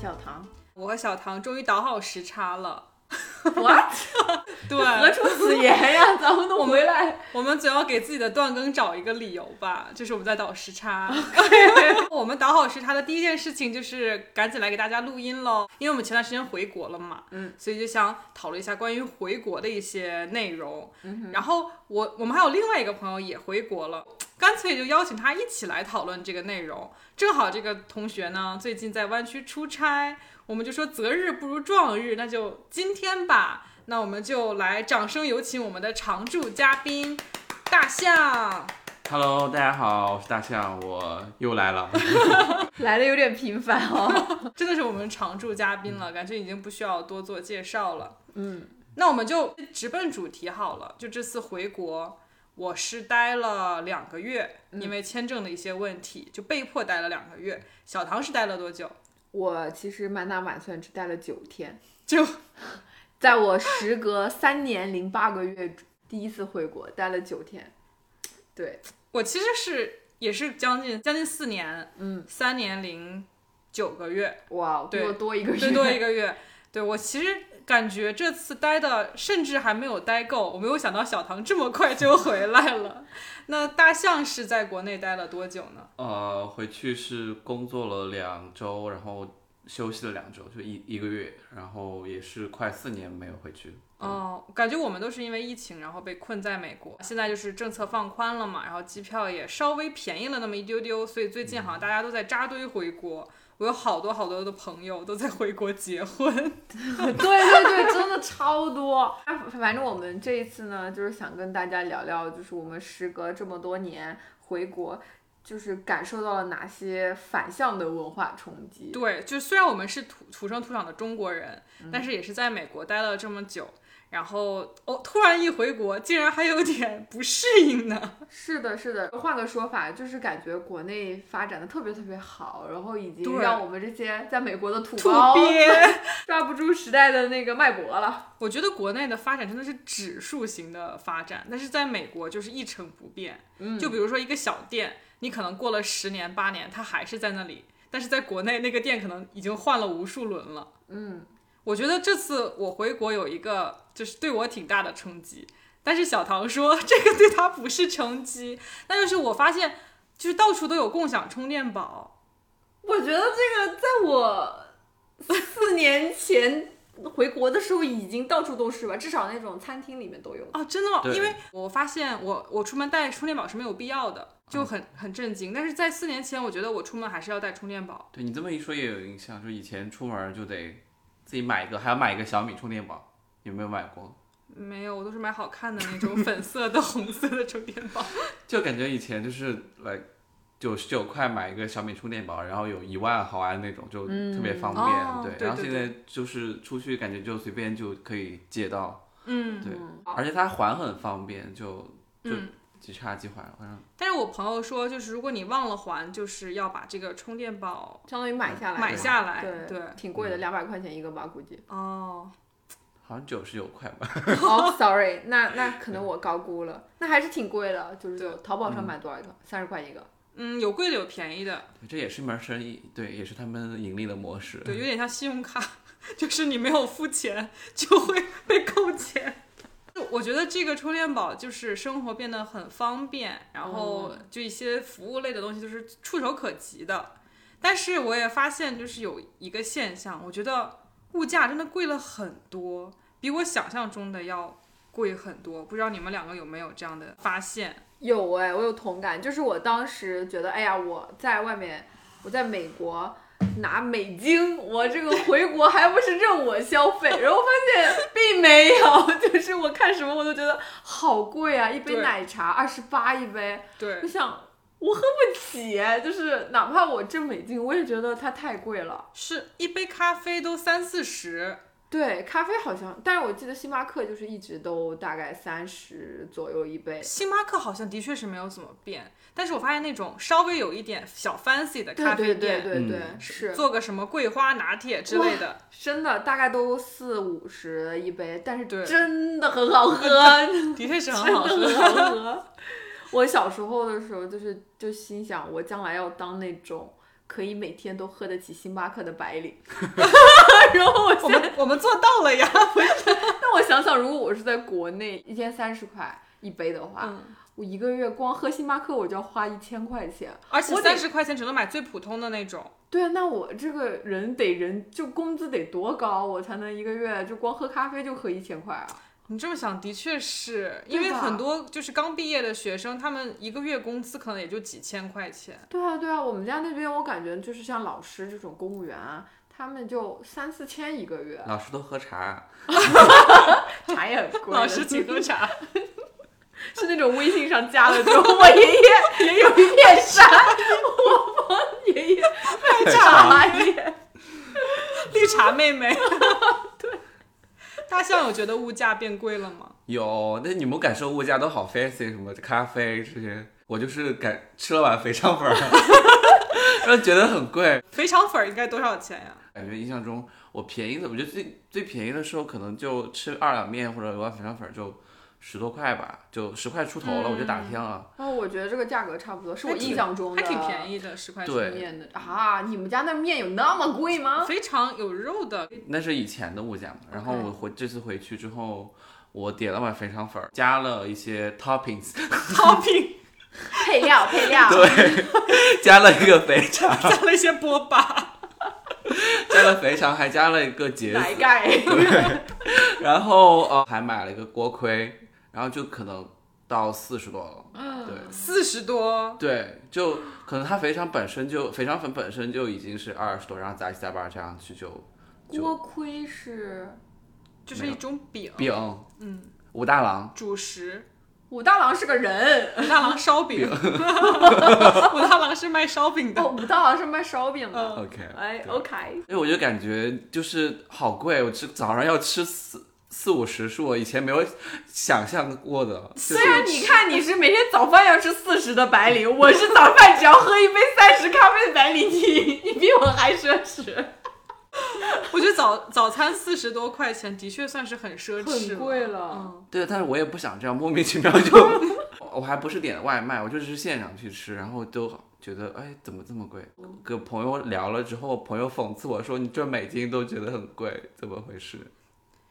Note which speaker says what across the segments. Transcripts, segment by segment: Speaker 1: 小唐
Speaker 2: 我和小唐终于倒好时差了。
Speaker 1: ，what？
Speaker 2: 对，
Speaker 1: 何出此言 呀？咱们都回来，
Speaker 2: 我们总要给自己的断更找一个理由吧，就是我们在倒时差。 我们倒好时差的第一件事情就是赶紧来给大家录音喽，因为我们前段时间回国了嘛，
Speaker 1: 嗯，
Speaker 2: 所以就想讨论一下关于回国的一些内容。嗯、然后我我们还有另外一个朋友也回国了，干脆就邀请他一起来讨论这个内容。正好这个同学呢最近在湾区出差，我们就说择日不如撞日，那就今天吧。那我们就来掌声有请我们的常驻嘉宾大象。
Speaker 3: Hello，大家好，我是大象，我又来了。
Speaker 1: 来的有点频繁哦。
Speaker 2: 真的是我们常驻嘉宾了，感觉已经不需要多做介绍了。
Speaker 1: 嗯，
Speaker 2: 嗯那我们就直奔主题好了。就这次回国，我是待了两个月，因为签证的一些问题，就被迫待了两个月。小唐是待了多久？
Speaker 1: 我其实满打满算只待了九天，
Speaker 2: 就
Speaker 1: 在我时隔三年零八个月第一次回国，待了九天。对，
Speaker 2: 我其实是也是将近将近四年，
Speaker 1: 嗯，
Speaker 2: 三年零九个月，
Speaker 1: 哇，比
Speaker 2: 对
Speaker 1: 我多一个 月，
Speaker 2: 最多一个月。对我其实感觉这次待的甚至还没有待够，我没有想到小唐这么快就回来了。那大象是在国内待了多久呢？
Speaker 3: 呃，回去是工作了两周，然后休息了两周，就一一个月，然后也是快四年没有回去。
Speaker 2: 哦，感觉我们都是因为疫情，然后被困在美国。现在就是政策放宽了嘛，然后机票也稍微便宜了那么一丢丢，所以最近好像大家都在扎堆回国。我有好多好多的朋友都在回国结婚。
Speaker 1: 对对对，真的超多。 反正我们这一次呢，就是想跟大家聊聊，就是我们时隔这么多年回国，就是感受到了哪些反向的文化冲击。
Speaker 2: 对，就虽然我们是土土生土长的中国人，但是也是在美国待了这么久，然后哦，突然一回国，竟然还有点不适应呢。
Speaker 1: 是的，是的。换个说法，就是感觉国内发展的特别特别好，然后已经
Speaker 2: 对
Speaker 1: 让我们这些在美国的土
Speaker 2: 土
Speaker 1: 包
Speaker 2: 鳖，
Speaker 1: 抓不住时代的那个脉搏了。
Speaker 2: 我觉得国内的发展真的是指数型的发展，但是在美国就是一成不变。
Speaker 1: 嗯
Speaker 2: 就比如说一个小店，你可能过了十年八年，它还是在那里，但是在国内那个店可能已经换了无数轮了。
Speaker 1: 嗯，
Speaker 2: 我觉得这次我回国有一个就是对我挺大的冲击，但是小唐说这个对他不是冲击，那就是我发现就是到处都有共享充电宝，
Speaker 1: 我觉得这个在我四年前回国的时候已经到处都是吧，至少那种餐厅里面都有。
Speaker 2: 哦，真的吗？
Speaker 3: 对
Speaker 2: 因为我发现我我出门带充电宝是没有必要的，就很很震惊。但是在四年前，我觉得我出门还是要带充电宝，
Speaker 3: 对你这么一说也有印象，就以前出门就得自己买一个，还要买一个小米充电宝，有没有买过？
Speaker 2: 没有，我都是买好看的那种 粉色的、红色的充电宝。
Speaker 3: 就感觉以前就是来九十九块买一个小米充电宝，然后有一万毫安那种，就特别方便。
Speaker 2: 哦对
Speaker 3: 然后
Speaker 2: 对
Speaker 3: 现在就是出去感觉就随便就可以借到，
Speaker 2: 嗯，
Speaker 3: 对，
Speaker 1: 嗯
Speaker 3: 而且它还很方便，就就
Speaker 2: 嗯
Speaker 3: 即插即还，反正
Speaker 2: 但是我朋友说，就是如果你忘了还，就是要把这个充电宝
Speaker 1: 相当于买下来，
Speaker 2: 买下来。
Speaker 1: 对
Speaker 2: 对，
Speaker 1: 挺贵的，两百块钱一个吧，估计。
Speaker 2: 哦，
Speaker 3: 好像九十九块吧。
Speaker 1: 哦、s o r r y 那那可能我高估了，那还是挺贵的，就是淘宝上买多少一个？三十块一个。
Speaker 2: 嗯，有贵的有便宜的，
Speaker 3: 对这也是一门生意，对，也是他们盈利的模式。
Speaker 2: 对，有点像信用卡，就是你没有付钱就会被扣钱。就我觉得这个充电宝就是生活变得很方便，然后就一些服务类的东西就是触手可及的。但是我也发现，就是有一个现象，我觉得物价真的贵了很多，比我想象中的要贵很多。不知道你们两个有没有这样的发现？
Speaker 1: 有哎、我有同感，就是我当时觉得，哎呀，我在外面，我在美国拿美金，我这个回国还不是任我消费，然后发现并没有， 就是我看什么我都觉得好贵啊，一杯
Speaker 2: 对
Speaker 1: 奶茶二十八一杯，
Speaker 2: 对
Speaker 1: 我，想我喝不起，就是哪怕我挣美金，我也觉得它太贵了。
Speaker 2: 是一杯咖啡都三四十，
Speaker 1: 对，咖啡好像，但是我记得星巴克就是一直都大概三十左右一杯。
Speaker 2: 星巴克好像的确是没有怎么变，但是我发现那种稍微有一点小 fancy 的咖
Speaker 1: 对
Speaker 2: 啡
Speaker 1: 对
Speaker 2: 店，
Speaker 1: 对对对，
Speaker 3: 嗯
Speaker 1: 是
Speaker 2: 做个什么桂花拿铁之类 的，
Speaker 1: 真的，大概都四五十一杯，但是
Speaker 2: 对
Speaker 1: 真的很 好喝，
Speaker 2: 的确是
Speaker 1: 真的
Speaker 2: 很好喝。
Speaker 1: 很好 喝。我小时候的时候，就是就心想，我将来要当那种可以每天都喝得起星巴克的白领。 然后我
Speaker 2: 我
Speaker 1: 现在，
Speaker 2: 们我们做到了 呀。
Speaker 1: 那我想想，如果我是在国内，一天三十块一杯的话，
Speaker 2: 嗯，
Speaker 1: 我一个月光喝星巴克我就要花一千块钱。
Speaker 2: 而且
Speaker 1: 我得
Speaker 2: 三十块钱只能买最普通的那种。
Speaker 1: 对啊，那我这个人得人就工资得多高，我才能一个月就光喝咖啡就喝一千块啊？
Speaker 2: 你这么想，的确是
Speaker 1: 对
Speaker 2: 因为
Speaker 1: 吧
Speaker 2: 很多就是刚毕业的学生，他们一个月工资可能也就几千块 钱。
Speaker 1: 对啊，对啊，我们家那边我感觉就是像老师这种公务员啊，他们就三四千一 个月，
Speaker 3: 老师都喝茶，
Speaker 1: 茶也很贵。
Speaker 2: 老师请喝茶，
Speaker 1: 是那种微信上加了之后，我爷爷也有一片山，我帮爷 爷卖茶叶。
Speaker 2: 绿茶妹妹。 对，大象有觉得物价变贵了吗？
Speaker 3: 有，那你们感受物价都好 fancy，什么咖啡这些，我就是感吃了碗肥肠粉儿， 然后觉得很贵。
Speaker 2: 肥肠粉儿应该多少钱呀？
Speaker 3: 感觉印象中我便宜的，我觉得最最便宜的时候可能就吃二两面或者有碗肥肠粉儿就十多块吧，就十块出头了，我就
Speaker 2: 嗯
Speaker 3: 打天了。
Speaker 1: 哦，我觉得这个价格差不多，是我
Speaker 2: 啊还挺
Speaker 1: 印象中
Speaker 2: 还
Speaker 1: 的，
Speaker 2: 挺便宜的，十块钱。
Speaker 3: 对
Speaker 1: 面的啊，你们家那面有那么贵吗？
Speaker 2: 肥肠有肉 的，
Speaker 3: 那是以前的物价嘛。然后我回这次回去之后，我点了碗肥肠粉儿，加了一些 toppings，
Speaker 2: 汤品
Speaker 1: 配料 配料，
Speaker 3: 加了一个肥肠，
Speaker 2: 加了一些波霸，
Speaker 3: 加了肥肠，还加了一个茄
Speaker 1: 奶
Speaker 3: 子，
Speaker 1: 盖。
Speaker 3: 然后呃还买了一个锅盔，然后就可能到四十多了。对。
Speaker 2: 四十多。
Speaker 3: 对，就可能它肥肠本身就肥肠粉本身就已经是二十多，然后杂七杂八加上去就
Speaker 1: 锅盔是
Speaker 2: 就是一种饼，
Speaker 3: 饼，
Speaker 2: 嗯，
Speaker 3: 武大郎，
Speaker 2: 主 食。
Speaker 1: 武大郎是个人，
Speaker 2: 武大郎烧 饼，武大郎是卖烧饼的
Speaker 1: 哦，。武大郎是卖烧饼的。
Speaker 2: 嗯，
Speaker 3: OK，
Speaker 1: 哎
Speaker 3: 对
Speaker 1: ，OK，
Speaker 3: 因为我就感觉就是好贵，我吃早上要吃四四五十，是我以前没有想象过的。就
Speaker 1: 虽然
Speaker 3: 是
Speaker 1: 你看你是每天早饭要吃四十的白领，我是早饭只要喝一杯三十咖啡的白领，你你比我还奢 侈，
Speaker 2: 我觉得早早餐四十多块钱的确算是很奢侈，
Speaker 1: 了。
Speaker 2: 嗯，
Speaker 3: 对，但是我也不想这样莫名其妙 就，我还不是点外卖，我就是现场去吃，然后都觉得哎怎么这么贵？跟朋友聊了之后，朋友讽刺我说你赚美金都觉得很贵，怎么回事？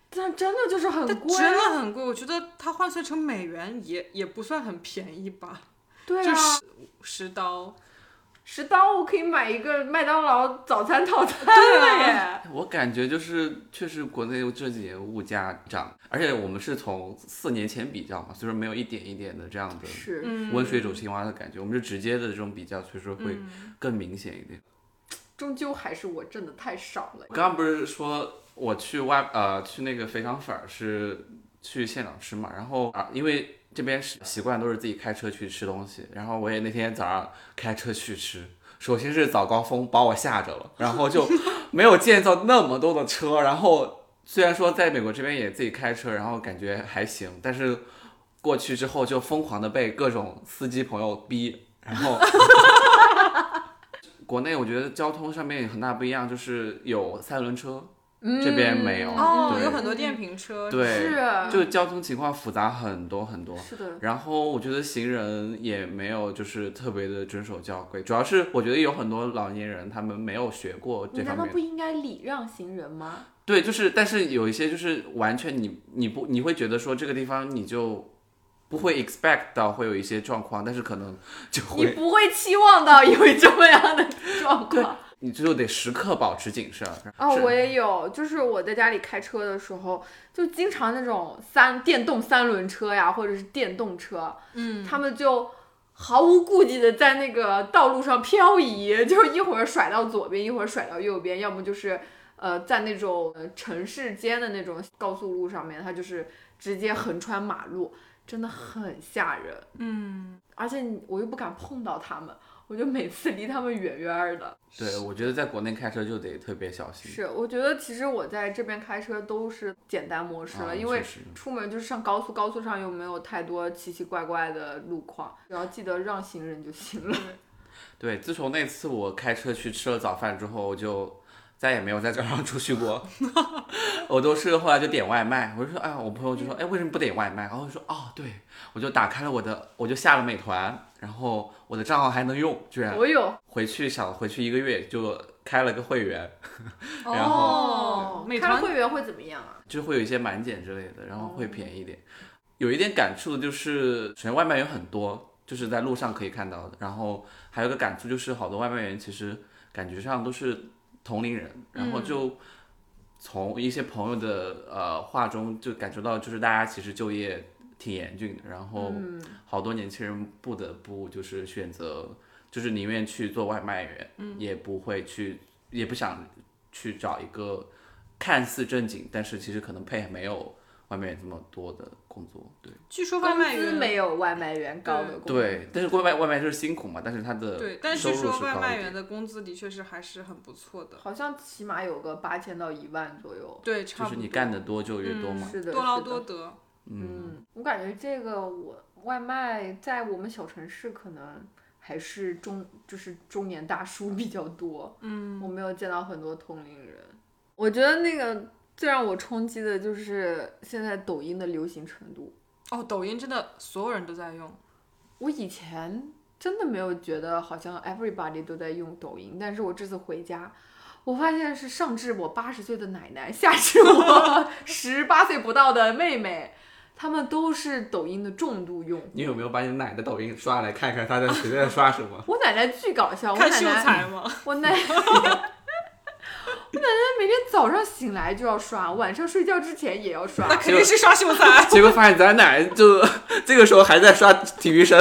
Speaker 1: 但真的就是很
Speaker 2: 但
Speaker 1: 贵，
Speaker 2: 真的很贵。啊我觉得它换算成美元也也不算很便宜吧，
Speaker 1: 对
Speaker 2: 就
Speaker 1: 啊，
Speaker 2: 十十刀。
Speaker 1: 十刀我可以买一个麦当劳早餐套餐
Speaker 2: 对
Speaker 1: 了耶。
Speaker 2: 啊
Speaker 3: 我感觉就是，确实国内这几年物价涨，而且我们是从四年前比较嘛，所以说没有一点一点的这样的
Speaker 1: 是，
Speaker 2: 嗯，
Speaker 3: 温水煮青蛙的感觉，我们是直接的这种比较，所以说会更明显一点。
Speaker 1: 终究还是我挣的太少了。
Speaker 3: 我刚刚不是说我去外呃去那个肥肠粉儿是去现场吃嘛，然后啊，因为这边是习惯都是自己开车去吃东西，然后我也那天早上开车去吃。首先是早高峰把我吓着了，然后就没有见到那么多的车。然后虽然说在美国这边也自己开车，然后感觉还行，但是过去之后就疯狂的被各种司机朋友逼，然后国内我觉得交通上面有很大不一样，就是有三轮车，这边
Speaker 1: 嗯
Speaker 3: 没有，
Speaker 2: 哦，
Speaker 3: 对
Speaker 2: 有很多电瓶车，
Speaker 3: 对，
Speaker 1: 哦是啊
Speaker 3: 就交通情况复杂很多很多。
Speaker 1: 是的，
Speaker 3: 然后我觉得行人也没有就是特别的遵守交规，主要是我觉得有很多老年人他们没有学过
Speaker 1: 你
Speaker 3: 这
Speaker 1: 难道
Speaker 3: 方面
Speaker 1: 不。应该礼让行人吗？
Speaker 3: 对，就是但是有一些就是完全你你不你会觉得说这个地方你就不会 expect 到会有一些状况，但是可能就
Speaker 1: 你
Speaker 3: 会
Speaker 1: 不会期望到有这么样的状况。
Speaker 3: 你就得时刻保持谨慎。
Speaker 1: 哦，
Speaker 3: 是
Speaker 1: 我也有，就是我在家里开车的时候，就经常那种三电动三轮车呀，或者是电动车，
Speaker 2: 嗯，
Speaker 1: 他们就毫无顾忌的在那个道路上漂移， 就是一会儿甩到左边，一会儿甩到右边，要么就是呃在那种呃城市间的那种高速路上面，它就是直接横穿马路，真的很吓人。
Speaker 2: 嗯，
Speaker 1: 而且你我又不敢碰到他们，我就每次离他们远远儿的。
Speaker 3: 对，我觉得在国内开车就得特别小心。
Speaker 1: 是，我觉得其实我在这边开车都是简单模式了，
Speaker 3: 啊
Speaker 1: 因为
Speaker 3: 确实
Speaker 1: 出门就是上高速，高速上又没有太多奇奇怪怪的路况，只要记得让行人就行了。
Speaker 3: 对，自从那次我开车去吃了早饭之后，我就再也没有在这上出去过。 我都是后来就点外卖，我就说，哎，我朋友就说，哎，为什么不点外卖？然后我就说，哦，对，我就打开了我的，我就下了美团，然后我的账号还能用，居然
Speaker 1: 我有，
Speaker 3: 回去想回去一个月就开了个会员，然后
Speaker 2: 哦，美
Speaker 1: 开了
Speaker 2: 团
Speaker 1: 会员会怎么样啊？
Speaker 3: 就会有一些满减之类的，然后会便宜一点。有一点感触的就是，首先外卖员很多，就是在路上可以看到的。然后还有一个感触就是，好多外卖员其实感觉上都是同龄人，然后就从一些朋友的呃话中就感觉到，就是大家其实就业挺严峻的，然后好多年轻人不得不就是选择，就是宁愿去做外卖员，也不会去，也不想去找一个看似正经，但是其实可能配没有外面这么多的工作。对
Speaker 2: 据说外卖
Speaker 1: 工资
Speaker 2: 员
Speaker 1: 没有外卖员高的工资，
Speaker 3: 对，但是外卖外卖就是辛苦嘛，但是他的
Speaker 2: 对，但
Speaker 3: 收
Speaker 2: 是
Speaker 3: 入
Speaker 2: 说
Speaker 3: 是
Speaker 2: 外
Speaker 3: 高
Speaker 2: 卖
Speaker 3: 一点
Speaker 2: 员的工资的确是还是很不错的，
Speaker 1: 好像起码有个八千到一万左右。
Speaker 2: 对，
Speaker 3: 就
Speaker 2: 差不
Speaker 3: 是
Speaker 2: 多。
Speaker 3: 你干的多就越
Speaker 2: 嗯
Speaker 3: 多嘛。
Speaker 1: 是的，
Speaker 2: 多劳
Speaker 1: 是的
Speaker 2: 多得，
Speaker 1: 嗯，我感觉这个我外卖在我们小城市可能还是中就是中年大叔比较多，嗯，我没有见到很多同龄人。我觉得那个最让我冲击的就是现在抖音的流行程度，
Speaker 2: 哦，抖音真的所有人都在用，
Speaker 1: 我以前真的没有觉得好像 everybody 都在用抖音，但是我这次回家。我发现是上至我八十岁的奶奶，下至我 十八岁不到的妹妹，她们都是抖音的重度用户
Speaker 3: 你有没有把你奶的抖音刷来看看他 在谁在刷什么？
Speaker 1: 我奶奶巨搞笑，我
Speaker 2: 看
Speaker 1: 奶
Speaker 2: 秀
Speaker 1: 奶，
Speaker 2: 才吗？
Speaker 1: 我奶，我奶 奶每天早上醒来就要刷，晚上睡觉之前也要 刷
Speaker 2: 那。肯定是刷秀才。
Speaker 3: 结果发现咱奶就这个时候还在刷体育生，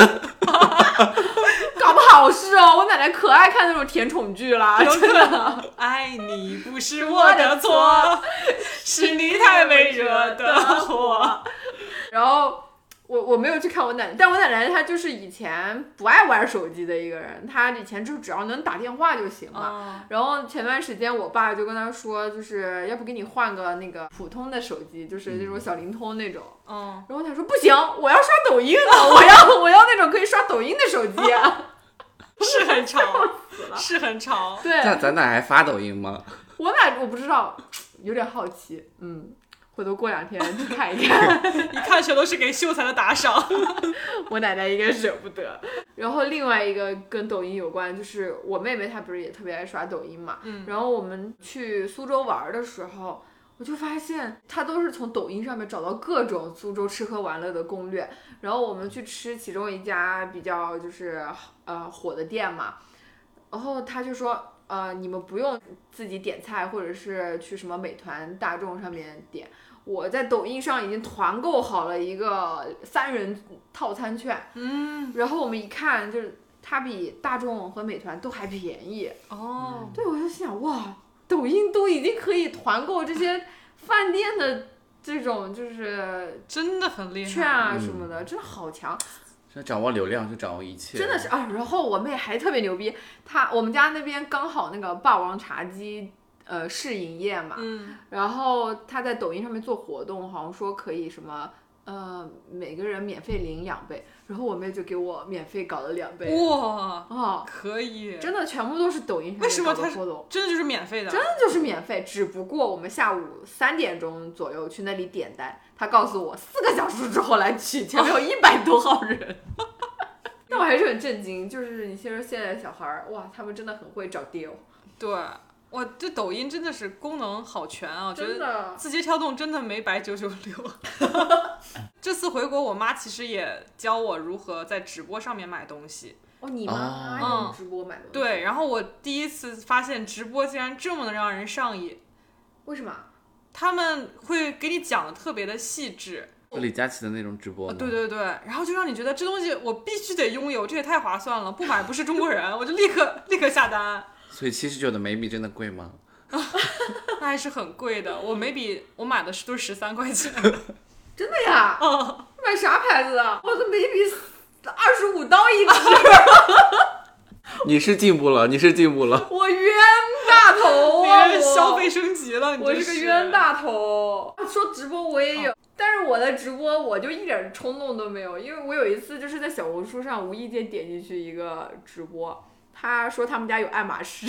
Speaker 1: 搞不好是哦，我奶奶可爱看那种甜宠剧啦，真的。
Speaker 2: 爱你不是 我的 错，是你太美惹 的祸。
Speaker 1: 然后我我没有去看我奶奶，但我奶奶她就是以前不爱玩手机的一个人，她以前就只要能打电话就行 了。
Speaker 2: 啊，
Speaker 1: 然后前段时间我爸就跟她说，就是要不给你换个那个普通的手机，就是那种小灵通那种。
Speaker 2: 嗯，
Speaker 1: 然后他说不行，我要刷抖音的，我要我要那种可以刷抖音的手机、啊
Speaker 2: 是很 潮，是很潮。
Speaker 1: 对
Speaker 3: 那咱奶还发抖音吗？
Speaker 1: 我哪我不知道，有点好奇，嗯，回头过两天去看一看，
Speaker 2: 一看全都是给秀才的打 赏。
Speaker 1: 我奶奶应该舍不得。然后另外一个跟抖音有关，就是我妹妹她不是也特别爱刷抖音嘛，
Speaker 2: 嗯
Speaker 1: 然后我们去苏州玩的时候。我就发现她都是从抖音上面找到各种苏州吃喝玩乐的攻略，然后我们去吃其中一家比较就是呃火的店嘛，然后他就说，呃，你们不用自己点菜，或者是去什么美团、大众上面点。我在抖音上已经团购好了一个三人套餐券，
Speaker 2: 嗯，
Speaker 1: 然后我们一看就是它比大众和美团都还便宜。
Speaker 2: 哦，
Speaker 1: 对，我就心想哇，抖音都已经可以团购这些饭店的这种就是
Speaker 2: 真的很厉害。
Speaker 1: 券啊什么的，
Speaker 2: 嗯
Speaker 1: 真的好强。
Speaker 3: 这掌握流量是掌握一切，
Speaker 1: 真的是啊。然后我妹还特别牛逼，她我们家那边刚好那个霸王茶姬呃试营业嘛，
Speaker 2: 嗯，
Speaker 1: 然后她在抖音上面做活动，好像说可以什么呃每个人免费领两杯，然后我妹就给我免费搞了两杯
Speaker 2: 哇，
Speaker 1: 哦，
Speaker 2: 可以，
Speaker 1: 真的全部都是抖音
Speaker 2: 为什
Speaker 1: 上
Speaker 2: 么
Speaker 1: 面搞
Speaker 2: 她
Speaker 1: 的
Speaker 2: 是
Speaker 1: 活动。
Speaker 2: 真的就是免费的。
Speaker 1: 真的就是免费，只不过我们下午三点钟左右去那里点单，他告诉我四个小时之后来取，前面 有一百多号人。 但我还是很震惊，就是你先说现在的小孩儿，哇，他们真的很会找 deal，
Speaker 2: 对，我这抖音真的是功能好全啊，我觉得
Speaker 1: 真的。
Speaker 2: 字节跳动真的没白九九六。 这次回国，我妈其实也教我如何在直播上面买东西。
Speaker 1: 哦，你妈
Speaker 2: 哦
Speaker 1: 用直播买东西？，
Speaker 2: 对，然后我第一次发现直播竟然这么能让人上瘾，
Speaker 1: 为什么？
Speaker 2: 他们会给你讲的特别的细致。
Speaker 3: 就李佳琦的那种直播
Speaker 2: 呃
Speaker 3: 呢，
Speaker 2: 对对对，然后就让你觉得这东西我必须得拥有，这也太划算了，不买不是中国人，我就立刻立刻下单。
Speaker 3: 所以七十九的眉笔真的贵吗？
Speaker 2: 那还是很贵的，我每笔我买的是都是十三块钱。
Speaker 1: 真的呀？
Speaker 2: 哦，
Speaker 1: 买啥牌子啊？我的眉笔二十五刀一 支，
Speaker 3: 你是进步了，你是进步了。
Speaker 1: 我冤大头
Speaker 2: 别
Speaker 1: 啊！
Speaker 2: 人
Speaker 1: 我
Speaker 2: 消费升级 了，你
Speaker 1: 我
Speaker 2: 这
Speaker 1: 是个冤。大头。说直播我也有，但是我的直播我就一点冲动都没有，因为我有一次就是在小红书上无意间点进去一个直播，他说他们家有爱马仕，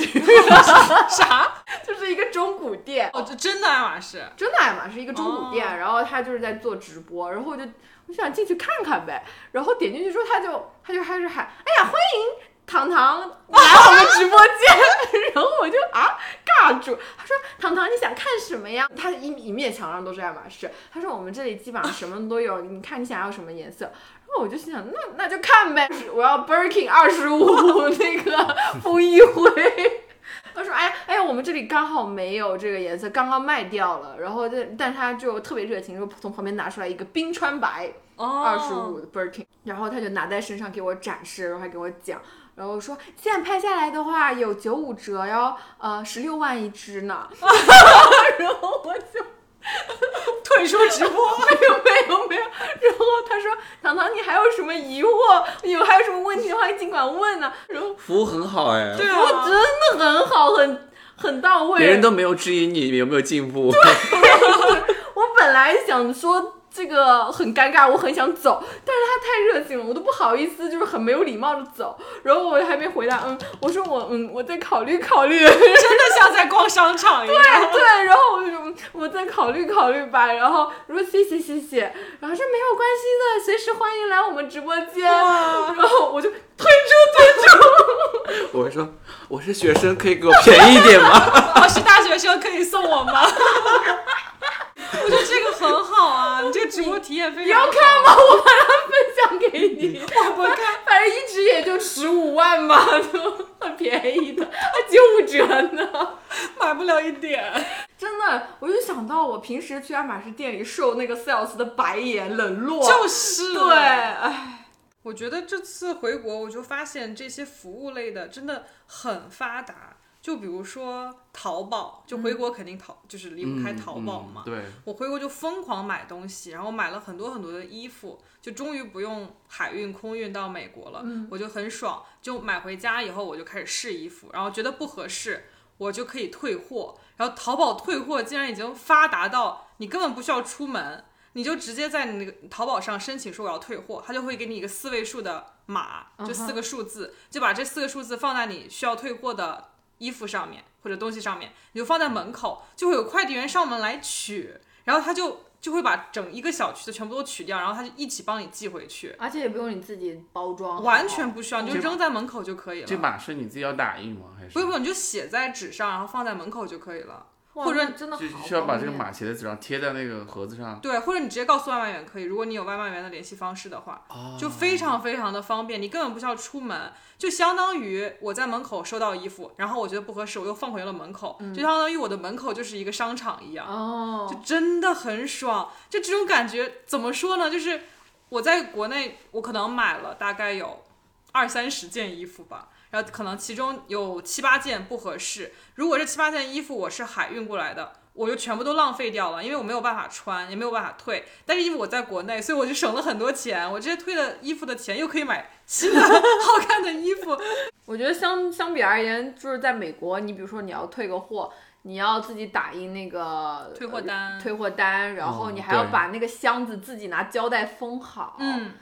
Speaker 2: 啥？
Speaker 1: 就是一个中古店，
Speaker 2: 哦，这真的爱马仕，
Speaker 1: 真的爱马仕一个中古店，
Speaker 2: 哦
Speaker 1: 然后他就是在做直播，然后我就我想进去看看呗，然后点进去之后他就他就开始喊，哎呀欢迎糖糖来我们直播间， 然后我就啊尬住，他说糖糖你想看什么呀？他一一面墙上都是爱马仕，他说我们这里基本上什么都有，你看你想要什么颜色，然后我就心想那那就看呗，我要 Birkin 二十五 那个风一辉。他说：“哎呀，哎呀，我们这里刚好没有这个颜色，刚刚卖掉了。”然后就，但他就特别热情，就从旁边拿出来一个冰川白
Speaker 2: 哦，
Speaker 1: 二十五的 Birkin，然后他就拿在身上给我展示，然后还给我讲，然后说现在拍下来的话有九五折哟，呃，十六万一只呢。 然后我就
Speaker 2: 退出直播，
Speaker 1: 没有没有没有，然后他说：“糖糖，你还有什么疑惑？有还有什么问题的话，尽管问呢、然后
Speaker 3: 服务很好 哎，
Speaker 2: 对
Speaker 1: 我
Speaker 2: 啊，
Speaker 1: 真的很好，很很到位，
Speaker 3: 别人都没有质疑你有没有进步，
Speaker 1: 我本来想说这个很尴尬，我很想走，但是他太热情了，我都不好意思，就是很没有礼貌的走。然后我还没回答，嗯，我说我嗯，我再考虑考虑。哎
Speaker 2: 真的像在逛商场一样。
Speaker 1: 对，然后我就说我再考虑考虑吧。然后我说谢谢谢谢，然后说没有关系的，随时欢迎来我们直播间。
Speaker 2: 哇
Speaker 1: 然后我就退出退出。
Speaker 3: 我会说我是学生，可以给我便宜一点吗？
Speaker 2: 我哦是大学生，可以送我 吗？我觉得这个很好啊，你这个直播体验非
Speaker 1: 你
Speaker 2: 常好。
Speaker 1: 要看吗？我把它分享给你。
Speaker 2: 我不看，
Speaker 1: 反正一直也就十五万嘛， 都很便宜的，还九五折呢。
Speaker 2: 买不了一点。
Speaker 1: 真的，我就想到我平时去爱马仕店里受那个 sales 的白眼冷落，
Speaker 2: 就是啊
Speaker 1: 对，哎，
Speaker 2: 我觉得这次回国，我就发现这些服务类的真的很发达。就比如说淘宝，就回国肯定淘，就是离不开淘宝嘛。
Speaker 3: 嗯对，
Speaker 2: 我回国就疯狂买东西，然后买了很多很多的衣服，就终于不用海运、空运到美国了，我就很爽。就买回家以后，我就开始试衣服，然后觉得不合适，我就可以退货。然后淘宝退货竟然已经发达到你根本不需要出门，你就直接在你那个淘宝上申请说我要退货，他就会给你一个四位数的码，就四个数字，就把这四个数字放在你需要退货的衣服上面或者东西上面，你就放在门口，就会有快递员上门来取，然后他就就会把整一个小区的全部都取掉，然后他就一起帮你寄回去，
Speaker 1: 而且也不用你自己包装，
Speaker 2: 完全不需要，你就
Speaker 3: 这
Speaker 2: 扔在门口就可以了。
Speaker 3: 这码是你自己要打印吗？还是
Speaker 2: 不用不用，你就写在纸上，然后放在门口就可以了。
Speaker 1: 哇
Speaker 2: 或者
Speaker 1: 那真的好
Speaker 3: 就需要把这个码写在纸上，贴在那个盒子上。
Speaker 2: 对，或者你直接告诉外卖员可以，如果你有外卖员的联系方式的话，
Speaker 3: 哦
Speaker 2: 就非常非常的方便，你根本不需要出门，就相当于我在门口收到衣服，然后我觉得不合适，我又放回了门口，
Speaker 3: 嗯
Speaker 2: 就相当于我的门口就是一个商场一样，
Speaker 1: 哦
Speaker 2: 就，真的很爽。就这种感觉怎么说呢？就是我在国内，我可能买了大概有二三十件衣服吧。然后可能其中有七八件不合适，如果这七八件衣服我是海运过来的，我就全部都浪费掉了，因为我没有办法穿，也没有办法退。但是因为我在国内，所以我就省了很多钱，我这些退的衣服的钱又可以买新的 好看的衣服。
Speaker 1: 我觉得相相比而言，就是在美国，你比如说你要退个货，你要自己打印那个
Speaker 2: 退货单
Speaker 1: 呃退货单，然后
Speaker 3: 嗯
Speaker 1: 你还要
Speaker 3: 对
Speaker 1: 把那个箱子自己拿胶带封好。，
Speaker 2: 嗯，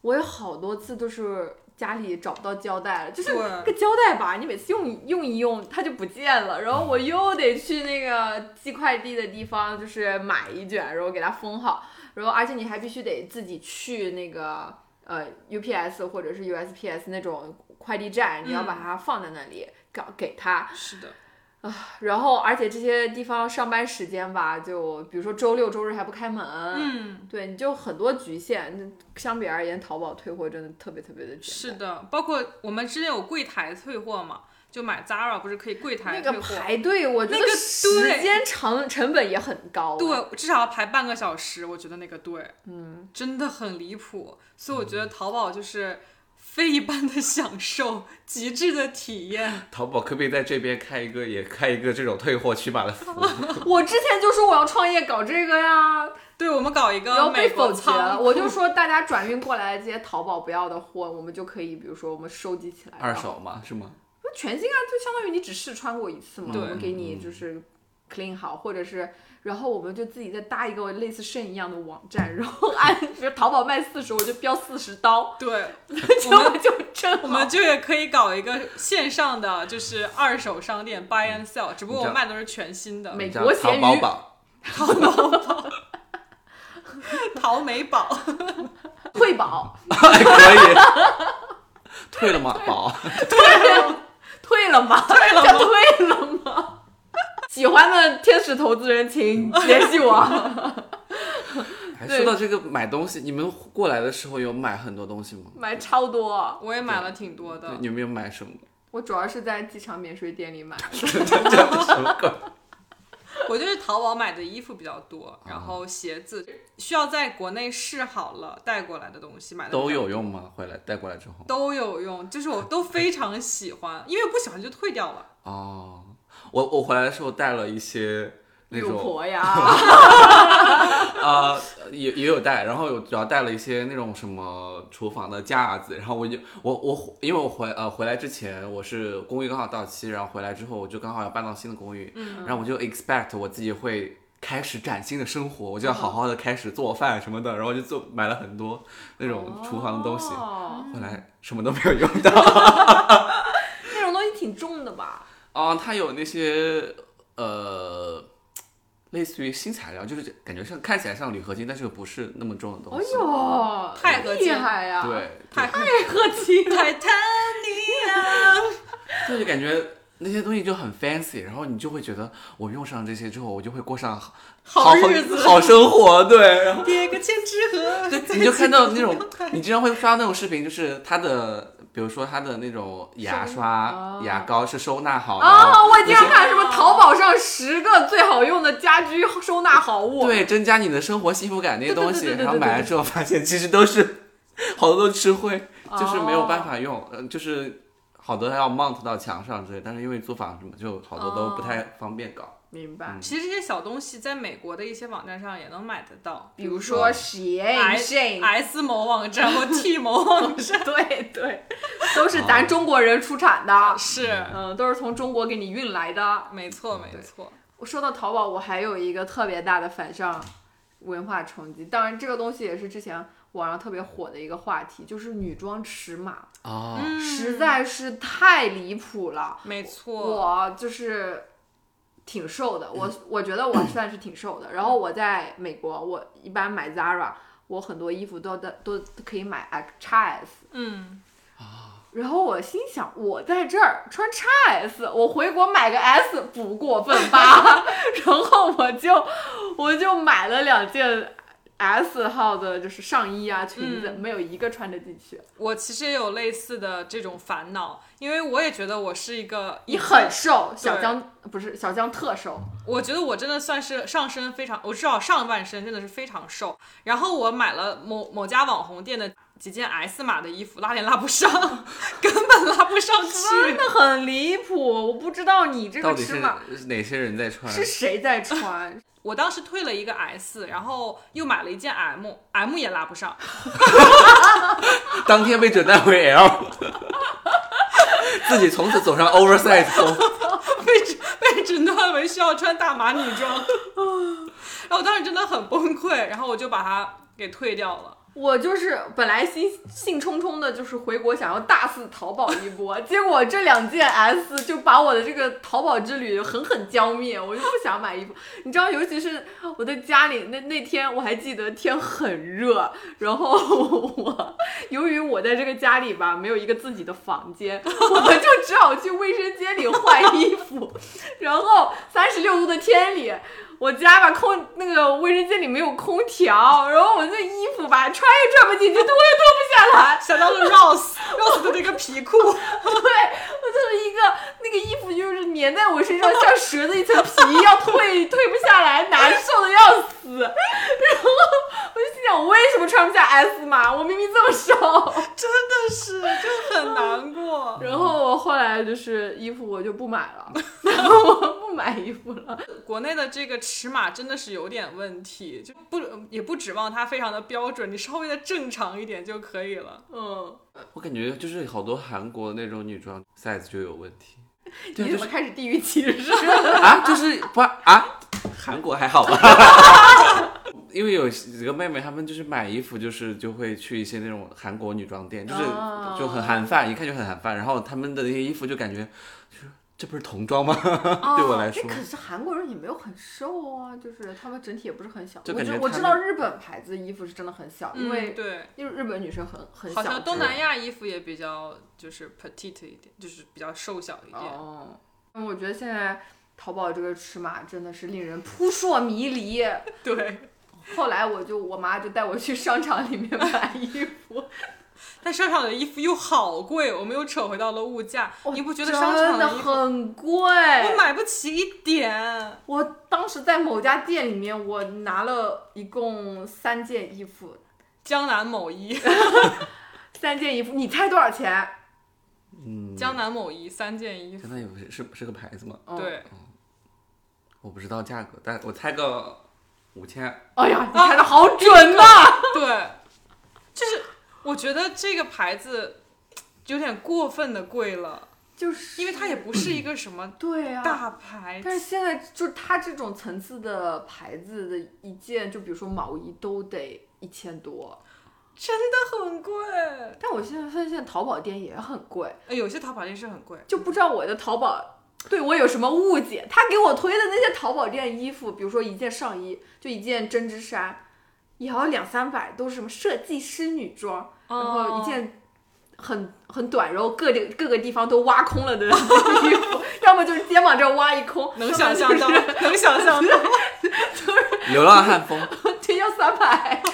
Speaker 1: 我有好多次都是。家里找不到胶带了，就是
Speaker 2: 对
Speaker 1: 那个胶带吧，你每次用一用一用它就不见了，然后我又得去那个寄快递的地方，就是买一卷，然后给它封好，然后而且你还必须得自己去那个呃 UPS 或者是 USPS 那种快递站，你要把它放在那里。搞给他，
Speaker 2: 是的，
Speaker 1: 然后而且这些地方上班时间吧，就比如说周六周日还不开门，
Speaker 2: 嗯。
Speaker 1: 对，你就很多局限。那相比而言，淘宝退货真的特别特别的
Speaker 2: 是
Speaker 1: 简单。
Speaker 2: 的，包括我们之前有柜台退货嘛，就买 Zara 不是可以柜台
Speaker 1: 那
Speaker 2: 退
Speaker 1: 个
Speaker 2: 货？
Speaker 1: 排队，我觉
Speaker 2: 那
Speaker 1: 得
Speaker 2: 个
Speaker 1: 时
Speaker 2: 对
Speaker 1: 间长成本也很高。，啊
Speaker 2: 对，至少要排半个小时，我觉得那个队，嗯，真的很离谱。所以我觉得淘宝就是非一般的享受， 极致的体验。
Speaker 3: 淘宝可不可以在这边开一个，也开一个这种退货取码的服务？
Speaker 1: 我之前就说我要创业搞这个呀，
Speaker 2: 对，我们搞一
Speaker 1: 然后
Speaker 2: 个美
Speaker 1: 被
Speaker 2: 国
Speaker 1: 否决了。
Speaker 2: 仓，
Speaker 1: 我就说大家转运过来的这些淘宝不要的货，我们就可以，比如说我们收集起来，
Speaker 3: 二
Speaker 1: 然后
Speaker 3: 手吗？是吗？
Speaker 1: 那全新啊，就相当于你只试穿过一次嘛，
Speaker 2: 对
Speaker 3: 嗯
Speaker 1: 我们给你就是 clean 好，或者是然后我们就自己再搭一个类似肾一样的网站，然后按比如淘宝卖四十，我就标四十刀，
Speaker 2: 对，
Speaker 1: 结果就正
Speaker 2: 我
Speaker 1: 好
Speaker 2: 们就也可以搞一个线上的，就是二手商店 buy and sell，只不过我卖的都是全新的，
Speaker 1: 美
Speaker 3: 你
Speaker 1: 国
Speaker 3: 像
Speaker 1: 咸
Speaker 3: 淘
Speaker 1: 鱼
Speaker 3: 宝宝，
Speaker 2: 淘美宝。
Speaker 1: 退保
Speaker 3: 哎，可以。 退了吗？宝，
Speaker 1: 退了吗？退了吗？ 退了吗？喜欢的天使投资人 请联系我。
Speaker 3: 还
Speaker 1: 对
Speaker 3: 说到这个买东西，你们过来的时候有买很多东西吗？
Speaker 1: 买超多，
Speaker 2: 我也买了挺多的，
Speaker 3: 你们有买什么？
Speaker 1: 我主要是在机场免税店里买的。
Speaker 3: 什么鬼？
Speaker 2: 我就是淘宝买的衣服比较多，
Speaker 3: 啊
Speaker 2: 然后鞋子需要在国内试好了带过来的东西买的比较
Speaker 3: 都有用吗？回来带过来之后？
Speaker 2: 都有用，就是我 都非常喜欢，因为不喜欢就退掉了。
Speaker 3: 哦，我我回来的时候带了一些 那
Speaker 1: 乳
Speaker 3: 种
Speaker 1: 婆呀，
Speaker 3: 啊、也也有带，然后有主要带了一些那种什么厨房的架子，然后我就我我因为我回呃回来之前我是公寓刚好到期，然后回来之后我就刚好要搬到新的公寓，嗯，然后我就 expect 我自己会开始崭新的生活，我就要好好的开始做饭什么的，然后就做买了很多 那种厨房的东西，
Speaker 1: 哦
Speaker 3: 后来什么都没有用到，
Speaker 1: 那种东西挺重的吧？
Speaker 3: 啊、它有那些呃。类似于新材料，就是感觉像看起来像铝合金，但是又不是那么重的东
Speaker 1: 哎
Speaker 3: 西。
Speaker 1: 呦，啊
Speaker 2: 钛合金
Speaker 1: 厉害呀！
Speaker 3: 对，
Speaker 2: 太
Speaker 1: 钛合金，
Speaker 2: 泰坦尼啊！
Speaker 3: 对，就感觉那些东西就很 fancy，然后你就会觉得我用上这些之后，我就会过上好
Speaker 2: 好日子
Speaker 3: 好生活。对， 然后
Speaker 2: 叠个千纸鹤，，
Speaker 3: 你就看到那种你经常会刷到那种视频，就是它的，比如说它的那种牙刷
Speaker 1: 收、
Speaker 3: 牙膏是收纳好的。
Speaker 1: 哦，我经常
Speaker 3: 那些
Speaker 1: 看什么淘宝上十个最好用的家居收纳好物，，
Speaker 3: 对，增加你的生活幸福感那些
Speaker 1: 对对
Speaker 3: 东
Speaker 1: 对
Speaker 3: 西，
Speaker 1: 对对
Speaker 3: 然后
Speaker 1: 对
Speaker 3: 买
Speaker 1: 对
Speaker 3: 来之后发现其实都是好多都吃灰，就是没有
Speaker 1: 哦
Speaker 3: 办法用，呃就是好多要 mount 到墙上之类，但是因为租房什么，就好多都不太
Speaker 1: 哦
Speaker 3: 方便搞。
Speaker 1: 明
Speaker 3: 嗯
Speaker 1: 白。
Speaker 2: 其实这些小东西在美国的一些网站上也能买得到，
Speaker 1: 比如说
Speaker 3: 嗯
Speaker 1: 鞋
Speaker 2: S
Speaker 1: ，shame，
Speaker 2: S 某网站 或 T 某网站
Speaker 1: 对对，都是咱中国人出产
Speaker 3: 哦
Speaker 1: 的，
Speaker 2: 是。
Speaker 1: 嗯，都是从中国给你运来的。
Speaker 2: 没错，没错，
Speaker 1: 我说到淘宝，我还有一个特别大的反向文化冲击，当然这个东西也是之前网上特别火的一个话题，就是女装尺码，
Speaker 3: 哦，
Speaker 1: 嗯实在是太离谱了。
Speaker 2: 没错，
Speaker 1: 我就是挺瘦的，我我觉得我算是挺瘦的。然后我在美国，我一般买 Zara，我很多衣服都都都可以买 XS。
Speaker 2: 嗯，
Speaker 1: 然后我心想，我在这儿穿 XS，我回国买个 S 不过分吧？ 然后我就我就买了两件 S 号的，就是上衣啊、裙子，没有一个穿得进去。
Speaker 2: 我其实也有类似的这种烦恼，因为我也觉得我是一个
Speaker 1: 你很瘦，小
Speaker 2: 对
Speaker 1: 江不是小江特瘦，
Speaker 2: 我觉得我真的算是上身非常，我至少上半身真的是非常瘦。然后我买了某某家网红店的几件 S 码的衣服，拉链拉不上， 根本拉不上
Speaker 1: 真
Speaker 2: 去。
Speaker 1: 的很离谱。我不知道你这
Speaker 3: 到
Speaker 1: 个
Speaker 3: 底
Speaker 1: 尺
Speaker 3: 是
Speaker 1: 码
Speaker 3: 哪些人在穿？
Speaker 1: 是谁在穿，
Speaker 2: 我当时退了一个 S，然后又买了一件 M，M 也拉不上，
Speaker 3: 当天被诊断为 L，自己从此走上 oversize 风。
Speaker 2: 被诊被诊断为需要穿大码女装。 然后我当时真的很崩溃，然后我就把它给退掉了。
Speaker 1: 我就是本来兴兴冲冲的，就是回国想要大肆淘宝一波，结果这两件 S 就把我的这个淘宝之旅狠狠浇灭，我就不想买衣服。你知道，尤其是我在家里那那天，我还记得天很热，然后我由于我在这个家里吧，没有一个自己的房间，我们就只好去卫生间里换衣服， 然后三十六度的天里，我家吧空那个卫生间里没有空调，然后我这衣服吧穿也穿不进去，脱也脱不 下来，
Speaker 2: 想到了 Rose，Rose 的那个皮裤，
Speaker 1: 对我就是一个那个衣服就是粘在我身上像蛇的一层皮一样，退退不下来，难受的要死。然后我就心想，我为什么穿不下 S 码？我明明这么瘦。
Speaker 2: 真的是 就很难过。嗯
Speaker 1: 然后我后来就是衣服我就不买了，然后我不买衣服了。
Speaker 2: 国内的这个尺码真的是有点问题，就不也不指望它非常的标准，你稍微的正常一点就可以了。
Speaker 1: 嗯，
Speaker 3: 我感觉就是好多韩国那种女装 size 就有问题。对，
Speaker 1: 你
Speaker 3: 就
Speaker 1: 怎么
Speaker 3: 是
Speaker 1: 开始地域歧视？
Speaker 3: 啊，就是不啊，韩国还好吧？ 因为有几个妹妹，她们就是买衣服，就是就会去一些那种韩国女装店，就是
Speaker 1: 哦
Speaker 3: 就很韩范，一看就很韩范。然后她们的那些衣服就感觉，就是这不是童装吗？ 对我来
Speaker 1: 哎，
Speaker 3: 说，
Speaker 1: 可是韩国人也没有很瘦啊，就是他们整体也不是很小。
Speaker 3: 就
Speaker 1: 我
Speaker 3: 感
Speaker 1: 知
Speaker 3: 觉
Speaker 1: 我
Speaker 3: 他
Speaker 1: 知
Speaker 3: 们
Speaker 1: 道日本牌子的衣服是真的很小，因为
Speaker 2: 嗯、对，
Speaker 1: 因为日本女生很很小
Speaker 2: 好
Speaker 1: 只，
Speaker 2: 像东南亚衣服也比较就是 petite 一点，就是比较瘦小一点。
Speaker 1: 哦，我觉得现在淘宝这个尺码真的是令人扑朔迷离。
Speaker 2: 对，
Speaker 1: 后来我就我妈就带我去商场里面买衣服，
Speaker 2: 但商场的衣服又好贵，我们又扯回到了物价。你不觉得商
Speaker 1: 真
Speaker 2: 场
Speaker 1: 的
Speaker 2: 衣服
Speaker 1: 很贵？
Speaker 2: 我买不起一点？
Speaker 1: 我当时在某家店里面，我拿了一共三件衣服，
Speaker 2: 江南某衣，
Speaker 1: 三件衣服，你猜多少钱？
Speaker 3: 嗯，
Speaker 2: 江南某衣三件衣服，
Speaker 3: 现在有是是是个牌子吗？
Speaker 1: 嗯，
Speaker 2: 对，
Speaker 3: 我不知道价格，但我猜个五千。
Speaker 1: 哎呀，
Speaker 2: 啊
Speaker 1: 你猜的好准啊呐、
Speaker 2: 对，就是我觉得这个牌子有点过分的贵了，
Speaker 1: 就是
Speaker 2: 因为它也不是一个什么
Speaker 1: 对呀、
Speaker 2: 大牌
Speaker 1: 但是现在就是它这种层次的牌子的一件，就比如说毛衣都得一千多，
Speaker 2: 真的很贵。
Speaker 1: 但我现在发现淘宝店也很贵，
Speaker 2: 呃有些淘宝店是很贵，
Speaker 1: 就不知道我的淘宝对我有什么误解。他给我推的那些淘宝店衣服，比如说一件上衣，就一件针织衫，也要两三百，都是什么设计师女装，然后一
Speaker 2: 哦
Speaker 1: 件很很短，然后各地各个地方都挖空了的 衣服，要么就是肩膀这儿挖一空，
Speaker 2: 能
Speaker 1: 要么
Speaker 2: 想象
Speaker 1: 就是
Speaker 2: 到， 能想象到。
Speaker 3: 流浪汉风，
Speaker 1: 就要三百。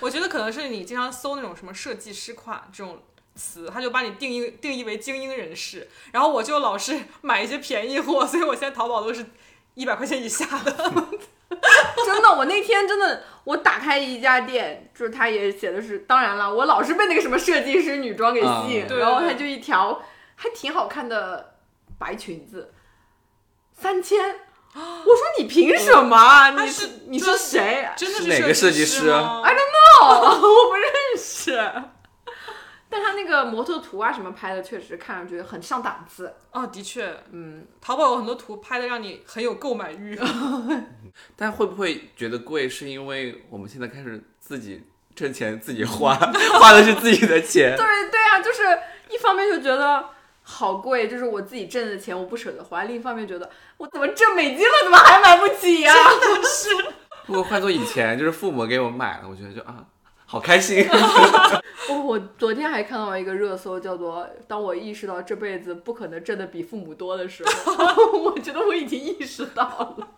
Speaker 2: 我觉得可能是你经常搜那种什么设计师款这种词，他就把你定义定义为精英人士。然后我就老是买一些便宜货，所以我现在淘宝都是一百块钱以下的。
Speaker 1: 真的，我那天真的，我打开一家店，就是他也写的是，当然了，我老是被那个什么设计师女装给吸引，
Speaker 3: 嗯
Speaker 2: 对
Speaker 1: 然后
Speaker 2: 对
Speaker 1: 他就一条还挺好看的白裙子，三千。我说你凭什么啊？
Speaker 2: 他
Speaker 1: 你
Speaker 2: 是
Speaker 1: 你是谁啊
Speaker 2: 真的
Speaker 3: 是哪个设计
Speaker 2: 计
Speaker 3: 师啊
Speaker 2: 吗？
Speaker 1: ？No，我不认识。 但他那个模特图啊什么拍的，确实看上去很上档次。
Speaker 2: 哦，的确，
Speaker 1: 嗯，
Speaker 2: 淘宝有很多图拍的让你很有购买欲。
Speaker 3: 但会不会觉得贵？是因为我们现在开始自己挣钱，自己花， 花的是自己的钱。
Speaker 1: 对对啊，就是一方面就觉得好贵，就是我自己挣的钱我不舍得花；另一方面觉得我怎么挣美金了，怎么还买不起呀、
Speaker 3: 如果换做以前，就是父母给我买了，我觉得就啊，好开心。
Speaker 1: 哦， 我昨天还看到一个热搜，叫做“当我意识到这辈子不可能挣的比父母多的时候”，我觉得我已经意识到 了。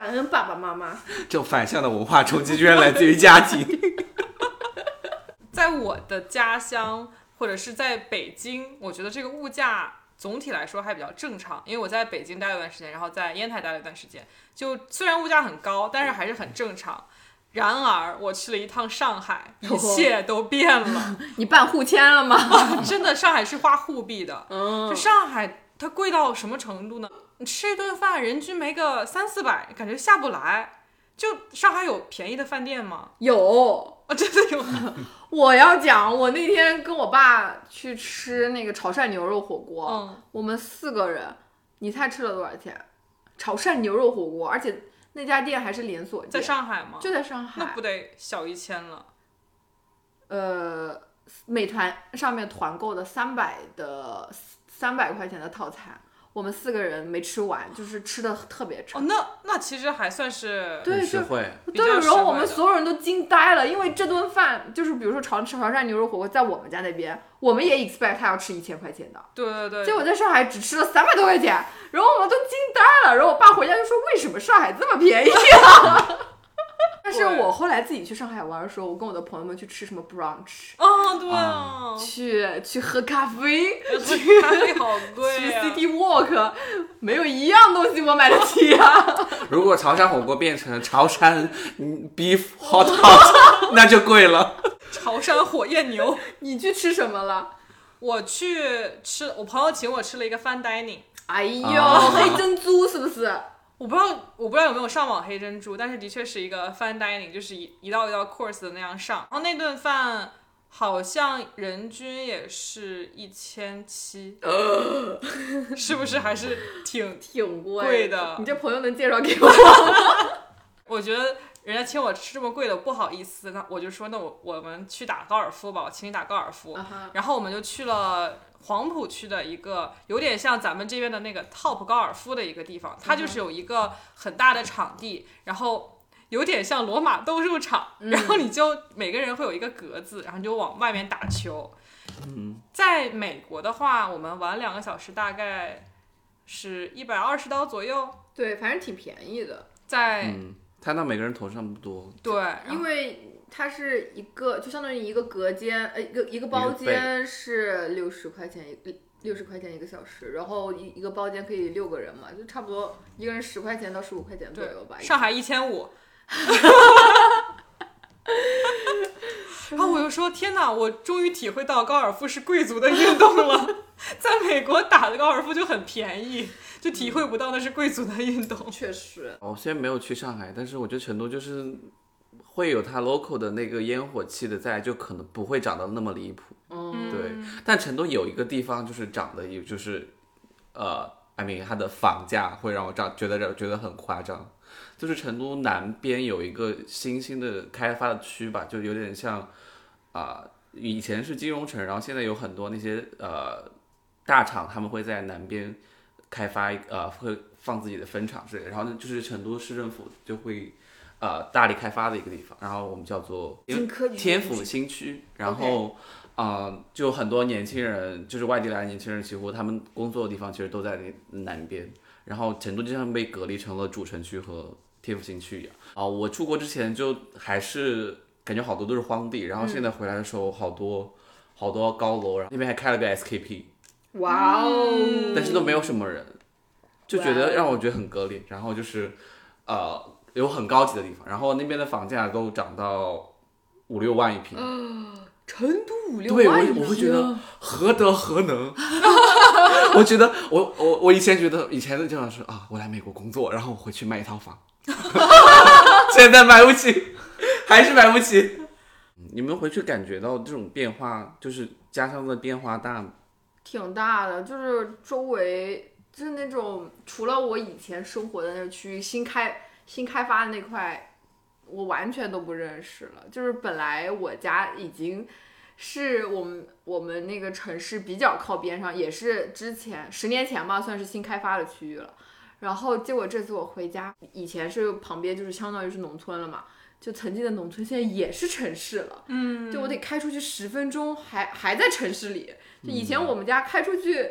Speaker 1: 感恩嗯爸爸妈妈，
Speaker 3: 这种反向的文化冲击居然来自于家庭。
Speaker 2: 在我的家乡或者是在北京，我觉得这个物价总体来说还比较正常，因为我在北京待了一段时间，然后在烟台待了一段时间，就虽然物价很高，但是还是很正常。然而，我去了一趟上海，一切都变了。
Speaker 1: 你办互签了吗？
Speaker 2: 真的，上海是花沪币的，
Speaker 1: 嗯
Speaker 2: 就上海它贵到什么程度呢？你吃一顿饭人均没个三四百，感觉下不来。就上海有便宜的饭店吗？
Speaker 1: 有，
Speaker 2: 啊、真的有吗？
Speaker 1: 我要讲，我那天跟我爸去吃那个潮汕牛肉火锅，
Speaker 2: 嗯
Speaker 1: 我们四个人，你猜吃了多少钱？潮汕牛肉火锅，而且那家店还是连锁店，
Speaker 2: 在上海吗？
Speaker 1: 就在上
Speaker 2: 那
Speaker 1: 海，
Speaker 2: 不得小一千了。
Speaker 1: 呃，美团上面团购的三百的三百块钱的套餐，我们四个人没吃完，就是吃的特别撑。
Speaker 2: 哦，那那其实还算是
Speaker 1: 对
Speaker 3: 很实惠，
Speaker 2: 比较
Speaker 1: 对，
Speaker 2: 实
Speaker 1: 然后我
Speaker 2: 惠
Speaker 1: 们
Speaker 2: 的
Speaker 1: 所有人都惊呆了，因为这顿饭就是，比如说潮潮汕牛肉火锅，在我们家那边，我们也 expect 他要吃一千块钱的，
Speaker 2: 对对对，
Speaker 1: 结果在上海只吃了三百多块钱，然后我们都惊呆了。然后我爸回家就说：“为什么上海这么便宜啊？” 但是我后来自己去上海玩的时候，我跟我的朋友们去吃什么 brunch，
Speaker 2: 哦，对啊，
Speaker 1: 去去喝咖啡，
Speaker 2: 咖啡好
Speaker 1: 去
Speaker 2: 贵啊！
Speaker 1: city walk，没有一样东西我买得起啊！
Speaker 3: 如果潮汕火锅变成潮汕嗯 beef hot hot，那 就贵了。
Speaker 2: 潮汕火焰牛，
Speaker 1: 你去吃什么了？
Speaker 2: 我去吃，我朋友请我吃了一个 fine dining，
Speaker 1: 哎呦，
Speaker 2: 哦
Speaker 3: 啊
Speaker 1: 黑珍珠是不是？
Speaker 2: 我不知道我不知道有没有上网黑珍珠，但是的确是一个 fine dining，就是一一道一道 course 的那样上。然后那顿饭好像人均也是一千七，是不是还是挺？
Speaker 1: 挺贵
Speaker 2: 贵的
Speaker 1: 你这朋友能介绍给我？
Speaker 2: 我觉得人家请我吃这么贵的不好意思，那我就说那我我们去打高尔夫吧，我请你打高尔夫。然后我们就去了黄浦区的一个有点像咱们这边的那个 Top 高尔夫的一个地方，它就是有一个很大的场地，然后。有点像罗马斗兽场，然后你就每个人会有一个格子，然后你就往外面打球。嗯，在美国的话，我们玩两个小时大概是一百二十刀左右，
Speaker 1: 对，反正挺便宜的，
Speaker 2: 在、
Speaker 3: 嗯，摊到每个人头上不多，
Speaker 2: 对，然后
Speaker 1: 因为它是一个，就相当于一个隔间，呃，一个一个
Speaker 3: 一
Speaker 1: 包
Speaker 3: 个被
Speaker 1: 间是六十块钱一。六十块钱一个小时，然后一一个包间可以六个人嘛，就差不多一个人十块钱到十五块钱左
Speaker 2: 对
Speaker 1: 右吧。
Speaker 2: 上海一千五。然啊后我又说：“天哪，我终于体会到高尔夫是贵族的运动了。 在美国打的高尔夫就很便宜，就体会不到那是贵族的运动。
Speaker 1: 确实，
Speaker 3: 我哦虽然没有去上海，但是我觉得成都就是会有它 local 的那个烟火气的在，就可能不会涨到那么离谱。
Speaker 1: 嗯，
Speaker 3: 对，但成都有一个地方就是涨的，也就是呃，I mean 它的房价会让我涨，觉得让觉得很夸张。就是成都南边有一个新兴的开发的区吧，就有点像啊、以前是金融城，然后现在有很多那些呃大厂，他们会在南边开发一呃会放自己的分厂之类的，然后呢就是成都市政府就会呃大力开发的一个地方，然后我们叫做
Speaker 1: 金科技
Speaker 3: 天府新区，然后。啊、就很多年轻人，就是外地来的年轻人，几乎他们工作的地方其实都在那南边，然后成都就像被隔离成了主城区和天府新区一样。啊、我出国之前就还是感觉好多都是荒地，然后
Speaker 1: 嗯
Speaker 3: 现在回来的时候，好多、好多高楼，然后那边还开了个 SKP，
Speaker 1: 哇哦！
Speaker 3: 但是都没有什么人，就觉
Speaker 1: 哇哦
Speaker 3: 得让我觉得很割裂。然后就是，呃，有很高级的地方，然后那边的房价都涨到五六万一平，
Speaker 1: 成都五六
Speaker 3: 对
Speaker 1: 万一
Speaker 3: 我
Speaker 1: 平，
Speaker 3: 我会觉得何德何能？ 我觉得我我我以前觉得以前的这样是啊，我来美国工作，然后我回去买一套房， 现在买不起，还是买不起。你们回去感觉到这种变化，就是家乡的变化大吗？
Speaker 1: 挺大的，就是周围就是那种除了我以前生活的那个区域，新开新开发的那块，我完全都不认识了。就是本来我家已经是我们我们那个城市比较靠边上，也是之前十年前吧，算是新开发的区域了。然后结果这次我回家，以前是旁边就是相当于是农村了嘛，就曾经的农村现在也是城市了。
Speaker 2: 嗯，
Speaker 1: 就我得开出去十分钟，还还在城市里。就以前我们家开出去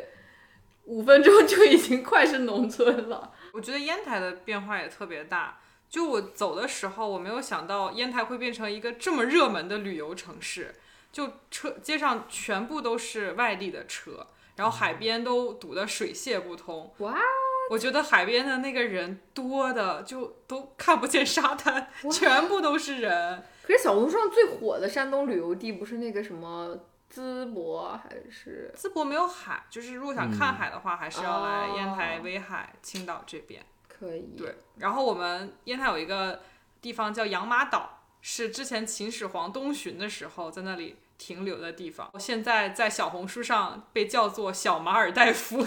Speaker 1: 五分钟就已经快是农村了。
Speaker 2: 我觉得烟台的变化也特别大。就我走的时候，我没有想到烟台会变成一个这么热门的旅游城市，就车街上全部都是外地的车，然后海边都堵得水泄不通。
Speaker 1: 哇！
Speaker 2: 我觉得海边的那个人多的就都看不见沙滩，全部都是人。
Speaker 1: 可是小红书上最火的山东旅游地不是那个什么淄博还是？
Speaker 2: 淄博没有海，就是如果想看海的话，还是要来烟台、
Speaker 1: 哦
Speaker 2: 威海、青岛这边。
Speaker 1: 可以，
Speaker 2: 对，然后我们烟台有一个地方叫养马岛，是之前秦始皇东巡的时候在那里停留的地方，现在在小红书上被叫做小马尔代夫，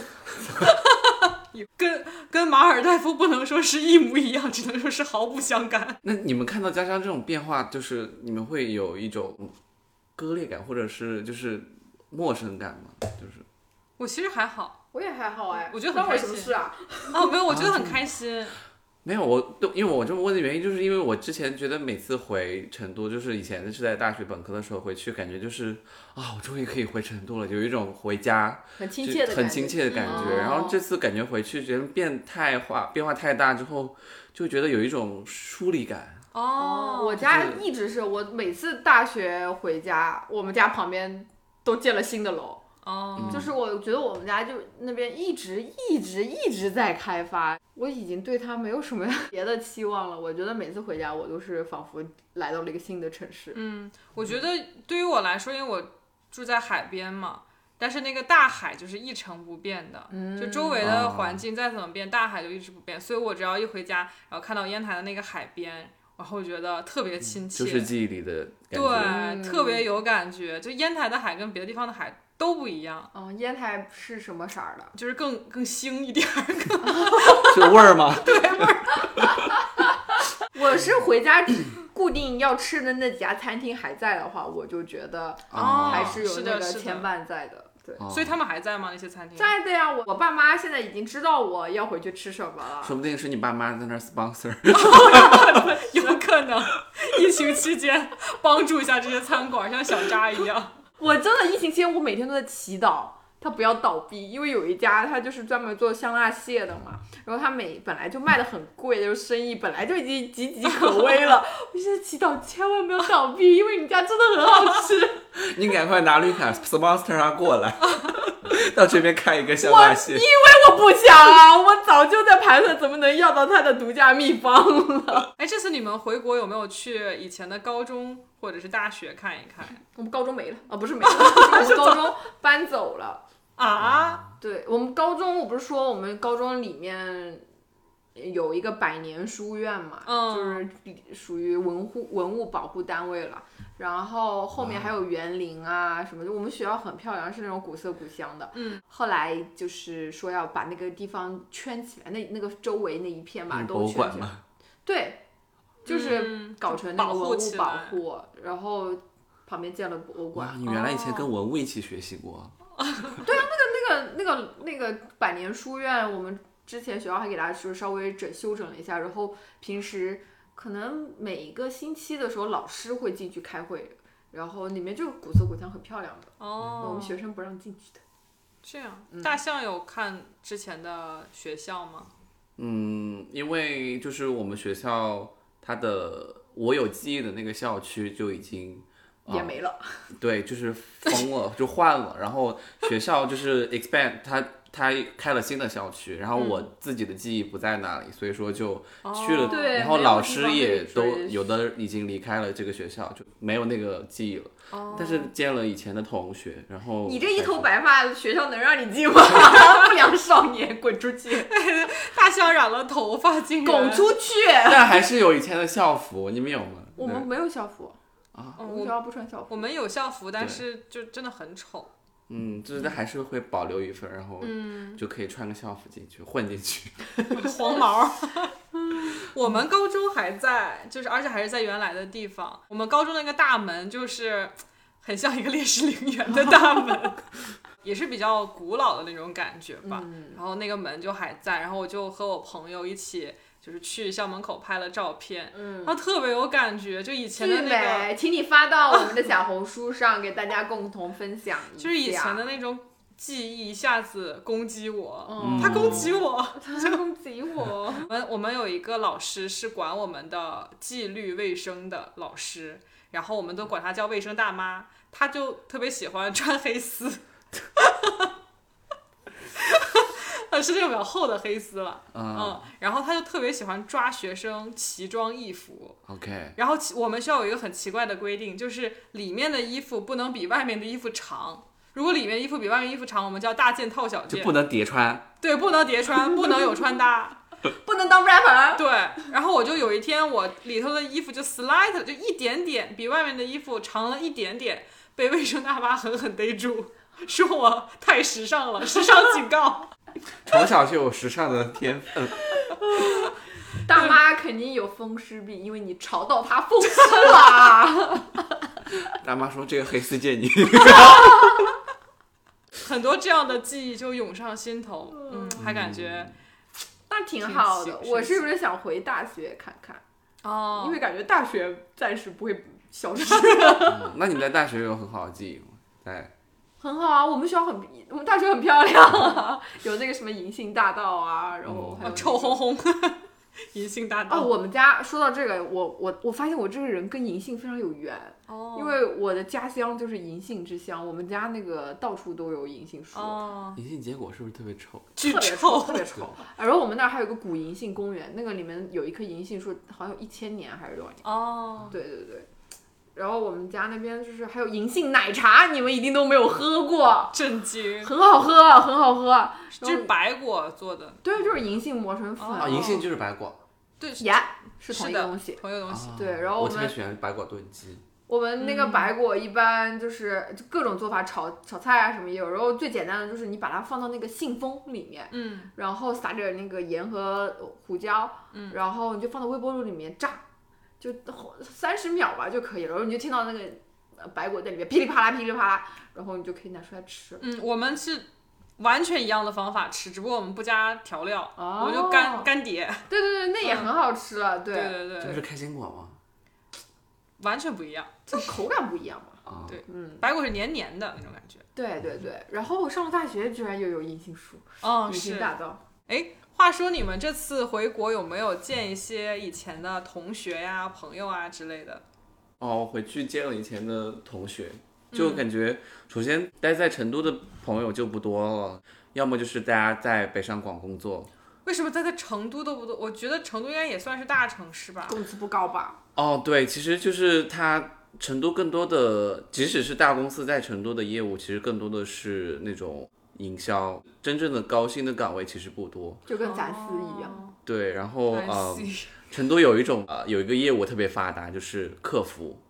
Speaker 2: 跟跟马尔代夫不能说是一模一样，只能说是毫不相干。
Speaker 3: 那你们看到家乡这种变化，就是你们会有一种割裂感，或者是就是陌生感吗？就是
Speaker 2: 我其实还好
Speaker 1: 我也还好哎，
Speaker 2: 我觉得很
Speaker 1: 关我
Speaker 2: 开
Speaker 1: 什么
Speaker 2: 心
Speaker 1: 事啊？
Speaker 2: 哦，没有，我觉得很开心。
Speaker 3: 没有，我都因为我这么问的原因，就是因为我之前觉得每次回成都，就是以前是在大学本科的时候回去，感觉就是啊，我终于可以回成都了，有一种回家
Speaker 1: 很亲
Speaker 3: 就
Speaker 1: 切的感觉，
Speaker 3: 很亲切的感觉。
Speaker 1: 嗯
Speaker 3: 然后这次感觉回去，人变态化，变化太大之后，就觉得有一种疏离感。
Speaker 1: 哦，我
Speaker 2: 我
Speaker 1: 家
Speaker 3: 就是
Speaker 1: 一直是我每次大学回家，我们家旁边都建了新的楼。
Speaker 2: 哦，
Speaker 1: 就是我觉得我们家就那边一直一直一直在开发，我已经对它没有什么 别的期望了。我觉得每次回家，我都是仿佛来到了一个新的城市。
Speaker 2: 嗯，我觉得对于我来说，因为我住在海边嘛，但是那个大海就是一成不变的，就周围
Speaker 3: 嗯
Speaker 2: 的环境再怎么变，大海就一直不变。所以我只要一回家，然后看到烟台的那个海边，然后觉得特别亲切，
Speaker 3: 嗯就是记忆里的
Speaker 2: 对、
Speaker 3: 感觉。
Speaker 1: 嗯
Speaker 2: 特别有感觉。就烟台的海跟别的地方的海都不一样，
Speaker 1: 嗯，烟台是什么色儿的？
Speaker 2: 就是更更腥一点儿。
Speaker 3: 就味儿 吗？
Speaker 1: 我是回家固定要吃的那家餐厅还在的话，我就觉得
Speaker 3: 啊
Speaker 2: 哦
Speaker 1: 还是有
Speaker 2: 是的
Speaker 1: 那个
Speaker 2: 是的嗯
Speaker 1: 牵绊在的。对，
Speaker 3: 哦
Speaker 2: 所以他们还在吗？那些餐厅？
Speaker 1: 在的呀，我我爸妈现在已经知道我要回去吃什么了。
Speaker 3: 说不定是你爸妈在那儿 sponsor，
Speaker 2: 有可能，疫情期间帮助一下这些餐馆，像小扎一 样。
Speaker 1: 我真的疫情期间，我每天都在祈祷它不要倒闭，因为有一家它就是专门做香辣蟹的嘛，然后它每本来就卖的很贵，就是生意本来就已经岌岌可危了，我现在祈祷千万不要倒闭，因为你家真的很好吃。
Speaker 3: 你赶快拿绿卡 sponsor 他过来， 到这边看一个香
Speaker 1: 我
Speaker 3: 辣蟹
Speaker 1: 因。为我不想啊，我早就在盘算怎么能要到它的独家秘方了。
Speaker 2: 哎，这次你们回国有没有去以前的高中或者是大学看一看
Speaker 1: 我们高中没了啊，不是没了，我们高中搬走了。
Speaker 2: 啊？
Speaker 1: 对我们高中，我不是说我们高中里面有一个百年书院嘛，
Speaker 2: 嗯
Speaker 1: 就是属于文物文物保护单位了。然后后面还有园林啊什么的，我们学校很漂亮，是那种古色古香的。
Speaker 2: 嗯，
Speaker 1: 后来就是说要把那个地方圈起来，那那个周围那一片嘛
Speaker 3: 嗯
Speaker 1: 都
Speaker 3: 博物
Speaker 1: 圈起来
Speaker 3: 馆。吗？
Speaker 1: 对，就是
Speaker 2: 嗯
Speaker 1: 搞成那个
Speaker 2: 保护
Speaker 1: 文物
Speaker 2: 起来
Speaker 1: 保护，然后旁边建了博物馆
Speaker 3: 哇，。你嗯原来以前
Speaker 1: 哦
Speaker 3: 跟文物一起学习过，
Speaker 1: 那个那个那个百年书院，我们之前学校还给大家就是稍微整修整了一下，然后平时可能每一个星期的时候，老师会进去开会，然后里面就古色古香，很漂亮的，我
Speaker 2: 哦
Speaker 1: 们，学生不让进去的。
Speaker 2: 这样。
Speaker 1: 嗯
Speaker 2: 大象有看之前的学校吗？
Speaker 3: 嗯，因为就是我们学校它的我有记忆的那个校区就已经
Speaker 1: 也没了，
Speaker 3: 对，就是封 了，就换了。然后学校就是 expand，它它开了新的校区，然后我自己的记忆不在那里，所以说就去了。
Speaker 2: 哦
Speaker 1: 对
Speaker 3: 然后
Speaker 1: 没有
Speaker 3: 老
Speaker 1: 地
Speaker 3: 师
Speaker 1: 方可以
Speaker 3: 也都
Speaker 1: 追
Speaker 3: 有的已经离开了这个学校，就没有那个记忆了。但是见了以前的同学，然后
Speaker 1: 哦你这一
Speaker 3: 还
Speaker 1: 头
Speaker 3: 是
Speaker 1: 白发，学校能让你进吗？ 不良少年，滚出 去，
Speaker 2: 大象染了头发，竟然
Speaker 1: 滚出去！
Speaker 3: 但还是有以前的校服，你们有吗？
Speaker 1: 我们没有校服，
Speaker 2: 哦
Speaker 1: 我们学
Speaker 2: 我
Speaker 1: 校不穿校服。
Speaker 2: 我们有校服，但
Speaker 3: 对
Speaker 2: 是就真的很丑。
Speaker 3: 嗯，就是它还是会保留一份，然后
Speaker 1: 嗯
Speaker 3: 就可以穿个校服进去混进去。
Speaker 2: 黄毛。我们高中还在，就是而且还是在原来的地方。我们高中那个大门就是很像一个烈士陵园的大门， 也是比较古老的那种感觉吧。
Speaker 1: 嗯
Speaker 2: 然后那个门就还在，然后我就和我朋友一起就是去校门口拍了照片，
Speaker 1: 嗯，
Speaker 2: 然后特别有感觉，就以前的
Speaker 1: 去
Speaker 2: 那个。
Speaker 1: 美，请你发到我们的小红书上，给大家共同分享 一下。
Speaker 2: 就是以前的那种记忆一下子攻击我，
Speaker 1: 嗯
Speaker 2: 他攻击我。
Speaker 1: 他攻击我，
Speaker 2: 我们我们有一个老师是管我们的纪律卫生的老师，然后我们都管她叫卫生大妈，她就特别喜欢穿黑丝。 呃，是那种比较厚的黑丝了，
Speaker 3: 嗯
Speaker 1: 哦
Speaker 2: 嗯，然后她就特别喜欢抓学生奇装异服，
Speaker 3: ，OK，
Speaker 2: 然后其我们学校有一个很奇怪的规定，就是里面的衣服不能比外面的衣服长。如果里面衣服比外面衣服长，我们叫大件套小
Speaker 3: 就
Speaker 2: 件，
Speaker 3: 不能叠穿。
Speaker 2: 对，不能叠穿，不能有穿搭，
Speaker 1: 不能当 rapper。
Speaker 2: 对。然后我就有一天，我里头的衣服就 slight 了就一点点，比外面的衣服长了一点点，被卫生大妈狠狠逮住，说我太时尚了，时尚警告。
Speaker 3: 从小就有时尚的天分。
Speaker 1: 大妈肯定有风湿病，因为你吵到她风湿 了。
Speaker 3: 大妈说这个黑丝借 你。
Speaker 2: 很多这样的记忆就涌上心头，嗯，还感觉
Speaker 1: 那挺好的，
Speaker 2: 挺喜
Speaker 1: 我是不是想回大学看看？
Speaker 2: 哦
Speaker 1: 因为感觉大学暂时不会消失。
Speaker 3: 嗯那你们在大学有很好的记忆吗？在
Speaker 1: 很好啊，我们学校很，我们大学很漂亮 啊，有那个什么银杏大道啊，然后
Speaker 3: 哦
Speaker 1: 还有、
Speaker 2: 啊臭。烘烘，银杏大道
Speaker 1: 哦，。我们家说到这个，我我我发现我这个人跟银杏非常有缘，
Speaker 2: 哦
Speaker 1: 因为我的家乡就是银杏之乡，我们家那个到处都有银杏树，
Speaker 2: 哦，
Speaker 3: 银杏结果是不是特别臭？
Speaker 2: 巨
Speaker 1: 特别
Speaker 2: 臭，
Speaker 1: 特别臭。然后我们那儿还有个古银杏公园，那个里面有一棵银杏树，好像有一千年还是多少年？
Speaker 2: 哦，
Speaker 1: 对对对。然后我们家那边就是还有银杏奶茶，你们一定都没有喝过，
Speaker 2: 震惊！
Speaker 1: 很好喝，很好喝。
Speaker 2: 这是白果做的，
Speaker 1: 对，就是银杏磨成粉。
Speaker 2: 哦
Speaker 3: 啊，银杏就是白果。
Speaker 2: 对，是
Speaker 1: 盐是
Speaker 2: 是
Speaker 1: 同一个
Speaker 2: 的
Speaker 1: 东西。
Speaker 2: 同一个东西。
Speaker 3: 啊
Speaker 1: 对然后
Speaker 3: 我
Speaker 1: 我
Speaker 3: 特
Speaker 1: 们
Speaker 3: 别喜欢白果炖鸡，
Speaker 1: 我们那个
Speaker 2: 嗯
Speaker 1: 白果一般就是就各种做法炒，炒菜啊什么，有时候最简单的就是你把它放到那个信封里面，
Speaker 2: 嗯，
Speaker 1: 然后撒点那个盐和胡椒，
Speaker 2: 嗯
Speaker 1: 然后你就放到微波炉里面炸，就三十秒吧就可以了，然后你就听到那个呃白果在里面噼里啪啦噼里啪啦，然后你就可以拿出来 吃。
Speaker 2: 嗯，我们是完全一样的方法吃，只不过我们不加调料，
Speaker 1: 哦
Speaker 2: 我就干干碟。
Speaker 1: 对对对，那也
Speaker 2: 嗯
Speaker 1: 很好吃了，
Speaker 2: 对
Speaker 1: 对，
Speaker 2: 对
Speaker 3: 这
Speaker 2: 对
Speaker 3: 不是开心果吗？
Speaker 2: 完全不一样。
Speaker 1: 就口感不一样嘛。
Speaker 3: 啊，
Speaker 2: 对
Speaker 1: 嗯，
Speaker 2: 白果是黏黏的那种感觉。
Speaker 1: 对对对。然后我上了大学，居然又有银杏树，
Speaker 2: 嗯，
Speaker 1: 银杏
Speaker 2: 是。
Speaker 1: 大道。
Speaker 2: 哎，话说你们这次回国有没有见一些以前的同学呀、朋友啊之类的？
Speaker 3: 哦，我回去见了以前的同学，
Speaker 1: 嗯
Speaker 3: 就感觉首先待在成都的朋友就不多了，要么就是大家在北上广工作。
Speaker 2: 为什么在在成都都不多？我觉得成都应该也算是大城市吧。
Speaker 1: 工资不高吧？
Speaker 3: 哦，对，其实就是它成都更多的，即使是大公司在成都的业务，其实更多的是那种营销，真正的高薪的岗位其实不多。
Speaker 1: 就跟咱司一样。
Speaker 2: 哦。
Speaker 3: 对，然 后
Speaker 2: I
Speaker 3: 呃，
Speaker 2: see
Speaker 3: 成都有一种呃有一个业务特别发达，就是客服，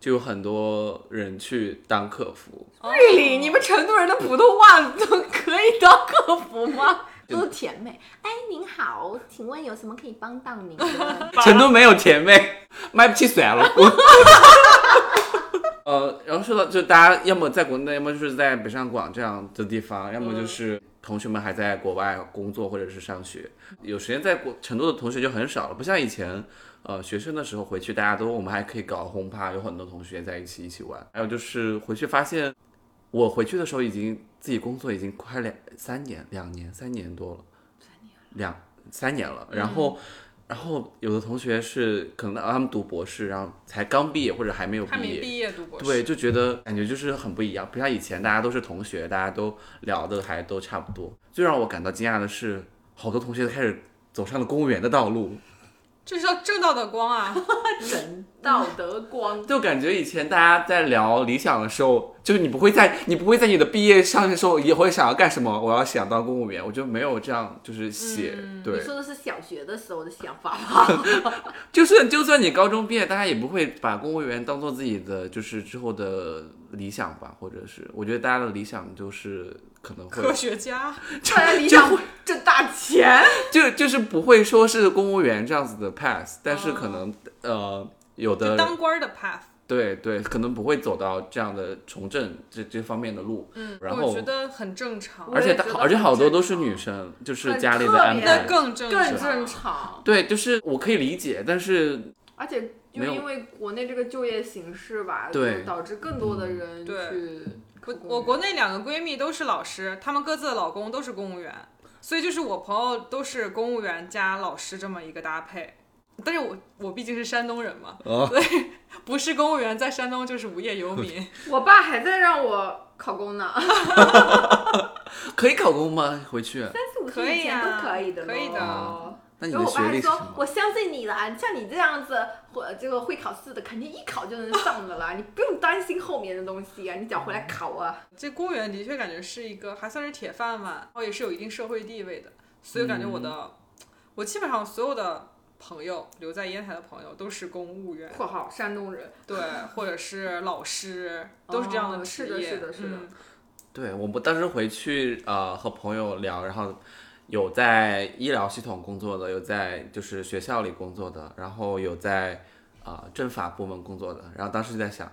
Speaker 3: 就有很多人去当客服。
Speaker 2: 哦
Speaker 1: 瑞丽，你们成都人的普通话都可以当客服 吗？都是甜美。哎，您好，请问有什么可以帮到您的？
Speaker 3: 成都没有甜妹， 卖不起算了。滚呃，然后说到就大家要么在国内，要么就是在北上广这样的地方，要么就是同学们还在国外工作或者是上学，有时间在国成都的同学就很少了，不像以前。呃，学生的时候回去，大家都我们还可以搞轰趴，有很多同学在一起一起玩。还有就是回去发现，我回去的时候已经自己工作已经快两三年、两年、三年多了，嗯两三年了。然后，然后有的同学是可能他们读博士，然后才刚毕业或者还没有
Speaker 2: 还
Speaker 3: 毕
Speaker 2: 没
Speaker 3: 业，
Speaker 2: 毕业读博士。
Speaker 3: 对，就觉得感觉就是很不一样。不像以前大家都是同学，大家都聊的还都差不多。最让我感到惊讶的是，好多同学开始走上了公务员的道路。
Speaker 2: 这是叫正道的光啊！
Speaker 1: 神道德光，
Speaker 3: 就感觉以前大家在聊理想的时候，就是你不会在你不会在你的毕业上的时候也会想要干什么，我要想当公务员，我就没有这样就是写、对
Speaker 1: 嗯你，说的是小学的时候的想法 吗？
Speaker 3: 就是就算你高中毕业，大家也不会把公务员当做自己的就是之后的理想吧，或者是我觉得大家的理想就是可能会
Speaker 2: 科学家，
Speaker 1: 大家理想挣大钱，
Speaker 3: 就就是不会说是公务员这样子的 pass，但是可
Speaker 1: 哦
Speaker 3: 能、呃有的
Speaker 2: 就
Speaker 3: 人
Speaker 2: 当官儿的 path。
Speaker 3: 对对，可能不会走到这样的从政这这方面的路，嗯，然后
Speaker 2: 我觉得很正常
Speaker 1: 我，
Speaker 3: 而且哎
Speaker 1: 也
Speaker 3: 大
Speaker 1: 觉得
Speaker 3: 而且
Speaker 1: 很
Speaker 3: 好多
Speaker 1: 正
Speaker 3: 都是
Speaker 1: 常
Speaker 3: 女生，就是
Speaker 1: 很
Speaker 3: 家里
Speaker 1: 特
Speaker 3: 的安
Speaker 1: 别
Speaker 3: 排
Speaker 2: 那。更正
Speaker 1: 更正
Speaker 2: 常。
Speaker 1: 常。
Speaker 3: 对，就是我可以理解，但是
Speaker 1: 而且就
Speaker 3: 没有
Speaker 1: 因为国内这个就业形势吧，
Speaker 3: 对
Speaker 1: 就导致更多的人
Speaker 2: 对
Speaker 1: 去。
Speaker 2: 我我国内两个闺蜜都是老师，她们各自的老公都是公务员，所以就是我朋友都是公务员加老师这么一个搭配。但是我我毕竟是山东人嘛，
Speaker 3: 哦
Speaker 2: 所以不是公务员在山东就是无业游民。
Speaker 1: 我爸还在让我考公呢，
Speaker 3: 可以考公吗？回去？
Speaker 1: 三四五
Speaker 2: 可
Speaker 1: 岁以
Speaker 2: 以
Speaker 1: 前
Speaker 2: 呀
Speaker 1: 都可以的，
Speaker 2: 可以的
Speaker 1: 哦。
Speaker 3: 那你
Speaker 1: 然后
Speaker 3: 的
Speaker 1: 我爸
Speaker 3: 学
Speaker 1: 还
Speaker 3: 历是什
Speaker 1: 说：“
Speaker 3: 么？
Speaker 1: 我相信你啦，像你这样子，或这个会考试的，肯定一考就能上的啦，你不用担心后面的东西啊，你只要
Speaker 3: 嗯
Speaker 1: 回来考啊。
Speaker 2: 这公务员的确感觉是一个还算是铁饭碗，然后也是有一定社会地位的，所以感觉我的、
Speaker 3: 嗯
Speaker 2: 我基本上所有的朋友留在烟台的朋友都是公务员”（，
Speaker 1: 括号山东人，
Speaker 2: 对，或者是老师，都是这样
Speaker 1: 哦
Speaker 2: 职业。
Speaker 1: 是的是的是的
Speaker 2: 嗯
Speaker 3: 对我们当时回去呃和朋友聊，然后有在医疗系统工作的，有在就是学校里工作的，然后有在啊、呃政法部门工作的，然后当时就在想，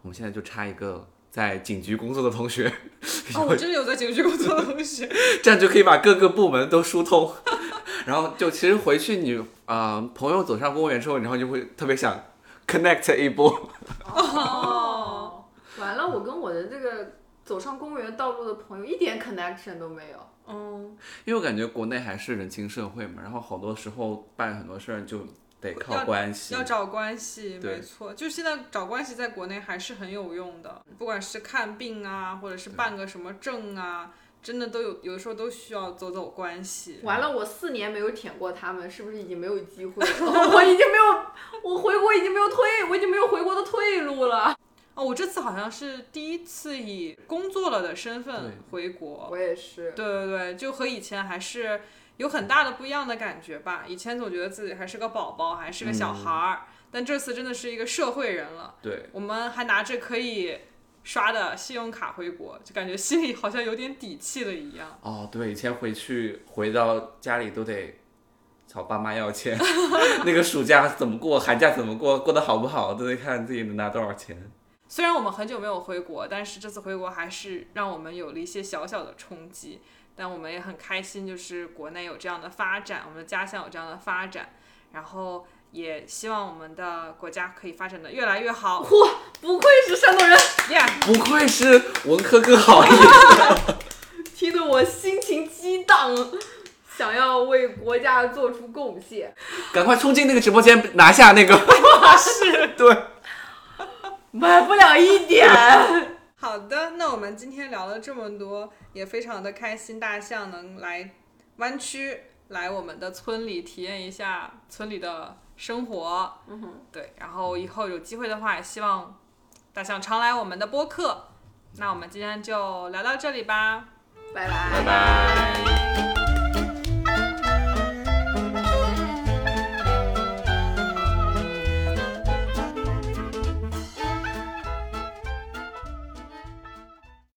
Speaker 3: 我们现在就差一个在警局工作的同学，
Speaker 2: 哦，我真的有在警局工作的同 学，
Speaker 3: 这样就可以把各个部门都疏通。 然后就其实回去你啊、呃朋友走上公务员之后，然后就会特别想 connect 一波。
Speaker 1: 哦， 完了，我跟我的这个走上公务员道路的朋友一点 connection 都没有。
Speaker 2: 嗯，
Speaker 3: 因为我感觉国内还是人情社会嘛，然后好多时候办很多事儿就得靠
Speaker 2: 要
Speaker 3: 关系
Speaker 2: 要。找关系，
Speaker 3: 对
Speaker 2: 没错，就现在找关系在国内还是很有用的，不管是看病啊，或者是办个什么证啊，真的都有，有的时候都需要走走关系。
Speaker 1: 完了，我四年没有舔过他们，是不是已经没有机会了？ 我已经没有，我回国已经没有退，我已经没有回国的退路了。
Speaker 2: 哦，我这次好像是第一次以工作了的身
Speaker 3: 对
Speaker 2: 份回国，
Speaker 1: 我也是，
Speaker 2: 对对对，就和以前还是有很大的不一样的感觉吧。以前总觉得自己还是个宝宝，还是个小孩儿，但这次真的是一个社会人了。
Speaker 3: 对，
Speaker 2: 我们还拿着可以刷的信用卡回国，就感觉心里好像有点底气了一样。
Speaker 3: 哦，对，以前回去回到家里都得找爸妈要 钱，那个暑假怎么过，寒假怎么过，过得好不好都得看自己能拿多少钱。
Speaker 2: 虽然我们很久没有回国，但是这次回国还是让我们有了一些小小的冲击。但我们也很开心，就是国内有这样的发展，我们的家乡有这样的发展，然后也希望我们的国家可以发展的越来越好。
Speaker 1: 嚯，不愧是山东人，
Speaker 2: Yeah，
Speaker 3: 不愧是文科哥好意，
Speaker 1: 听得我心情激荡，想要为国家做出贡献。
Speaker 3: 赶快冲进那个直播间拿下 那个。
Speaker 2: 是。
Speaker 3: 对，
Speaker 1: 买不了一点。
Speaker 2: 好的，那我们今天聊了这么多，也非常的开心，大象能来湾区，来我们的村里体验一下村里的生活。
Speaker 1: 嗯哼，
Speaker 2: 对，然后以后有机会的话，也希望大象常来我们的播客。那我们今天就聊到这里吧，
Speaker 1: 拜拜
Speaker 3: 拜。拜。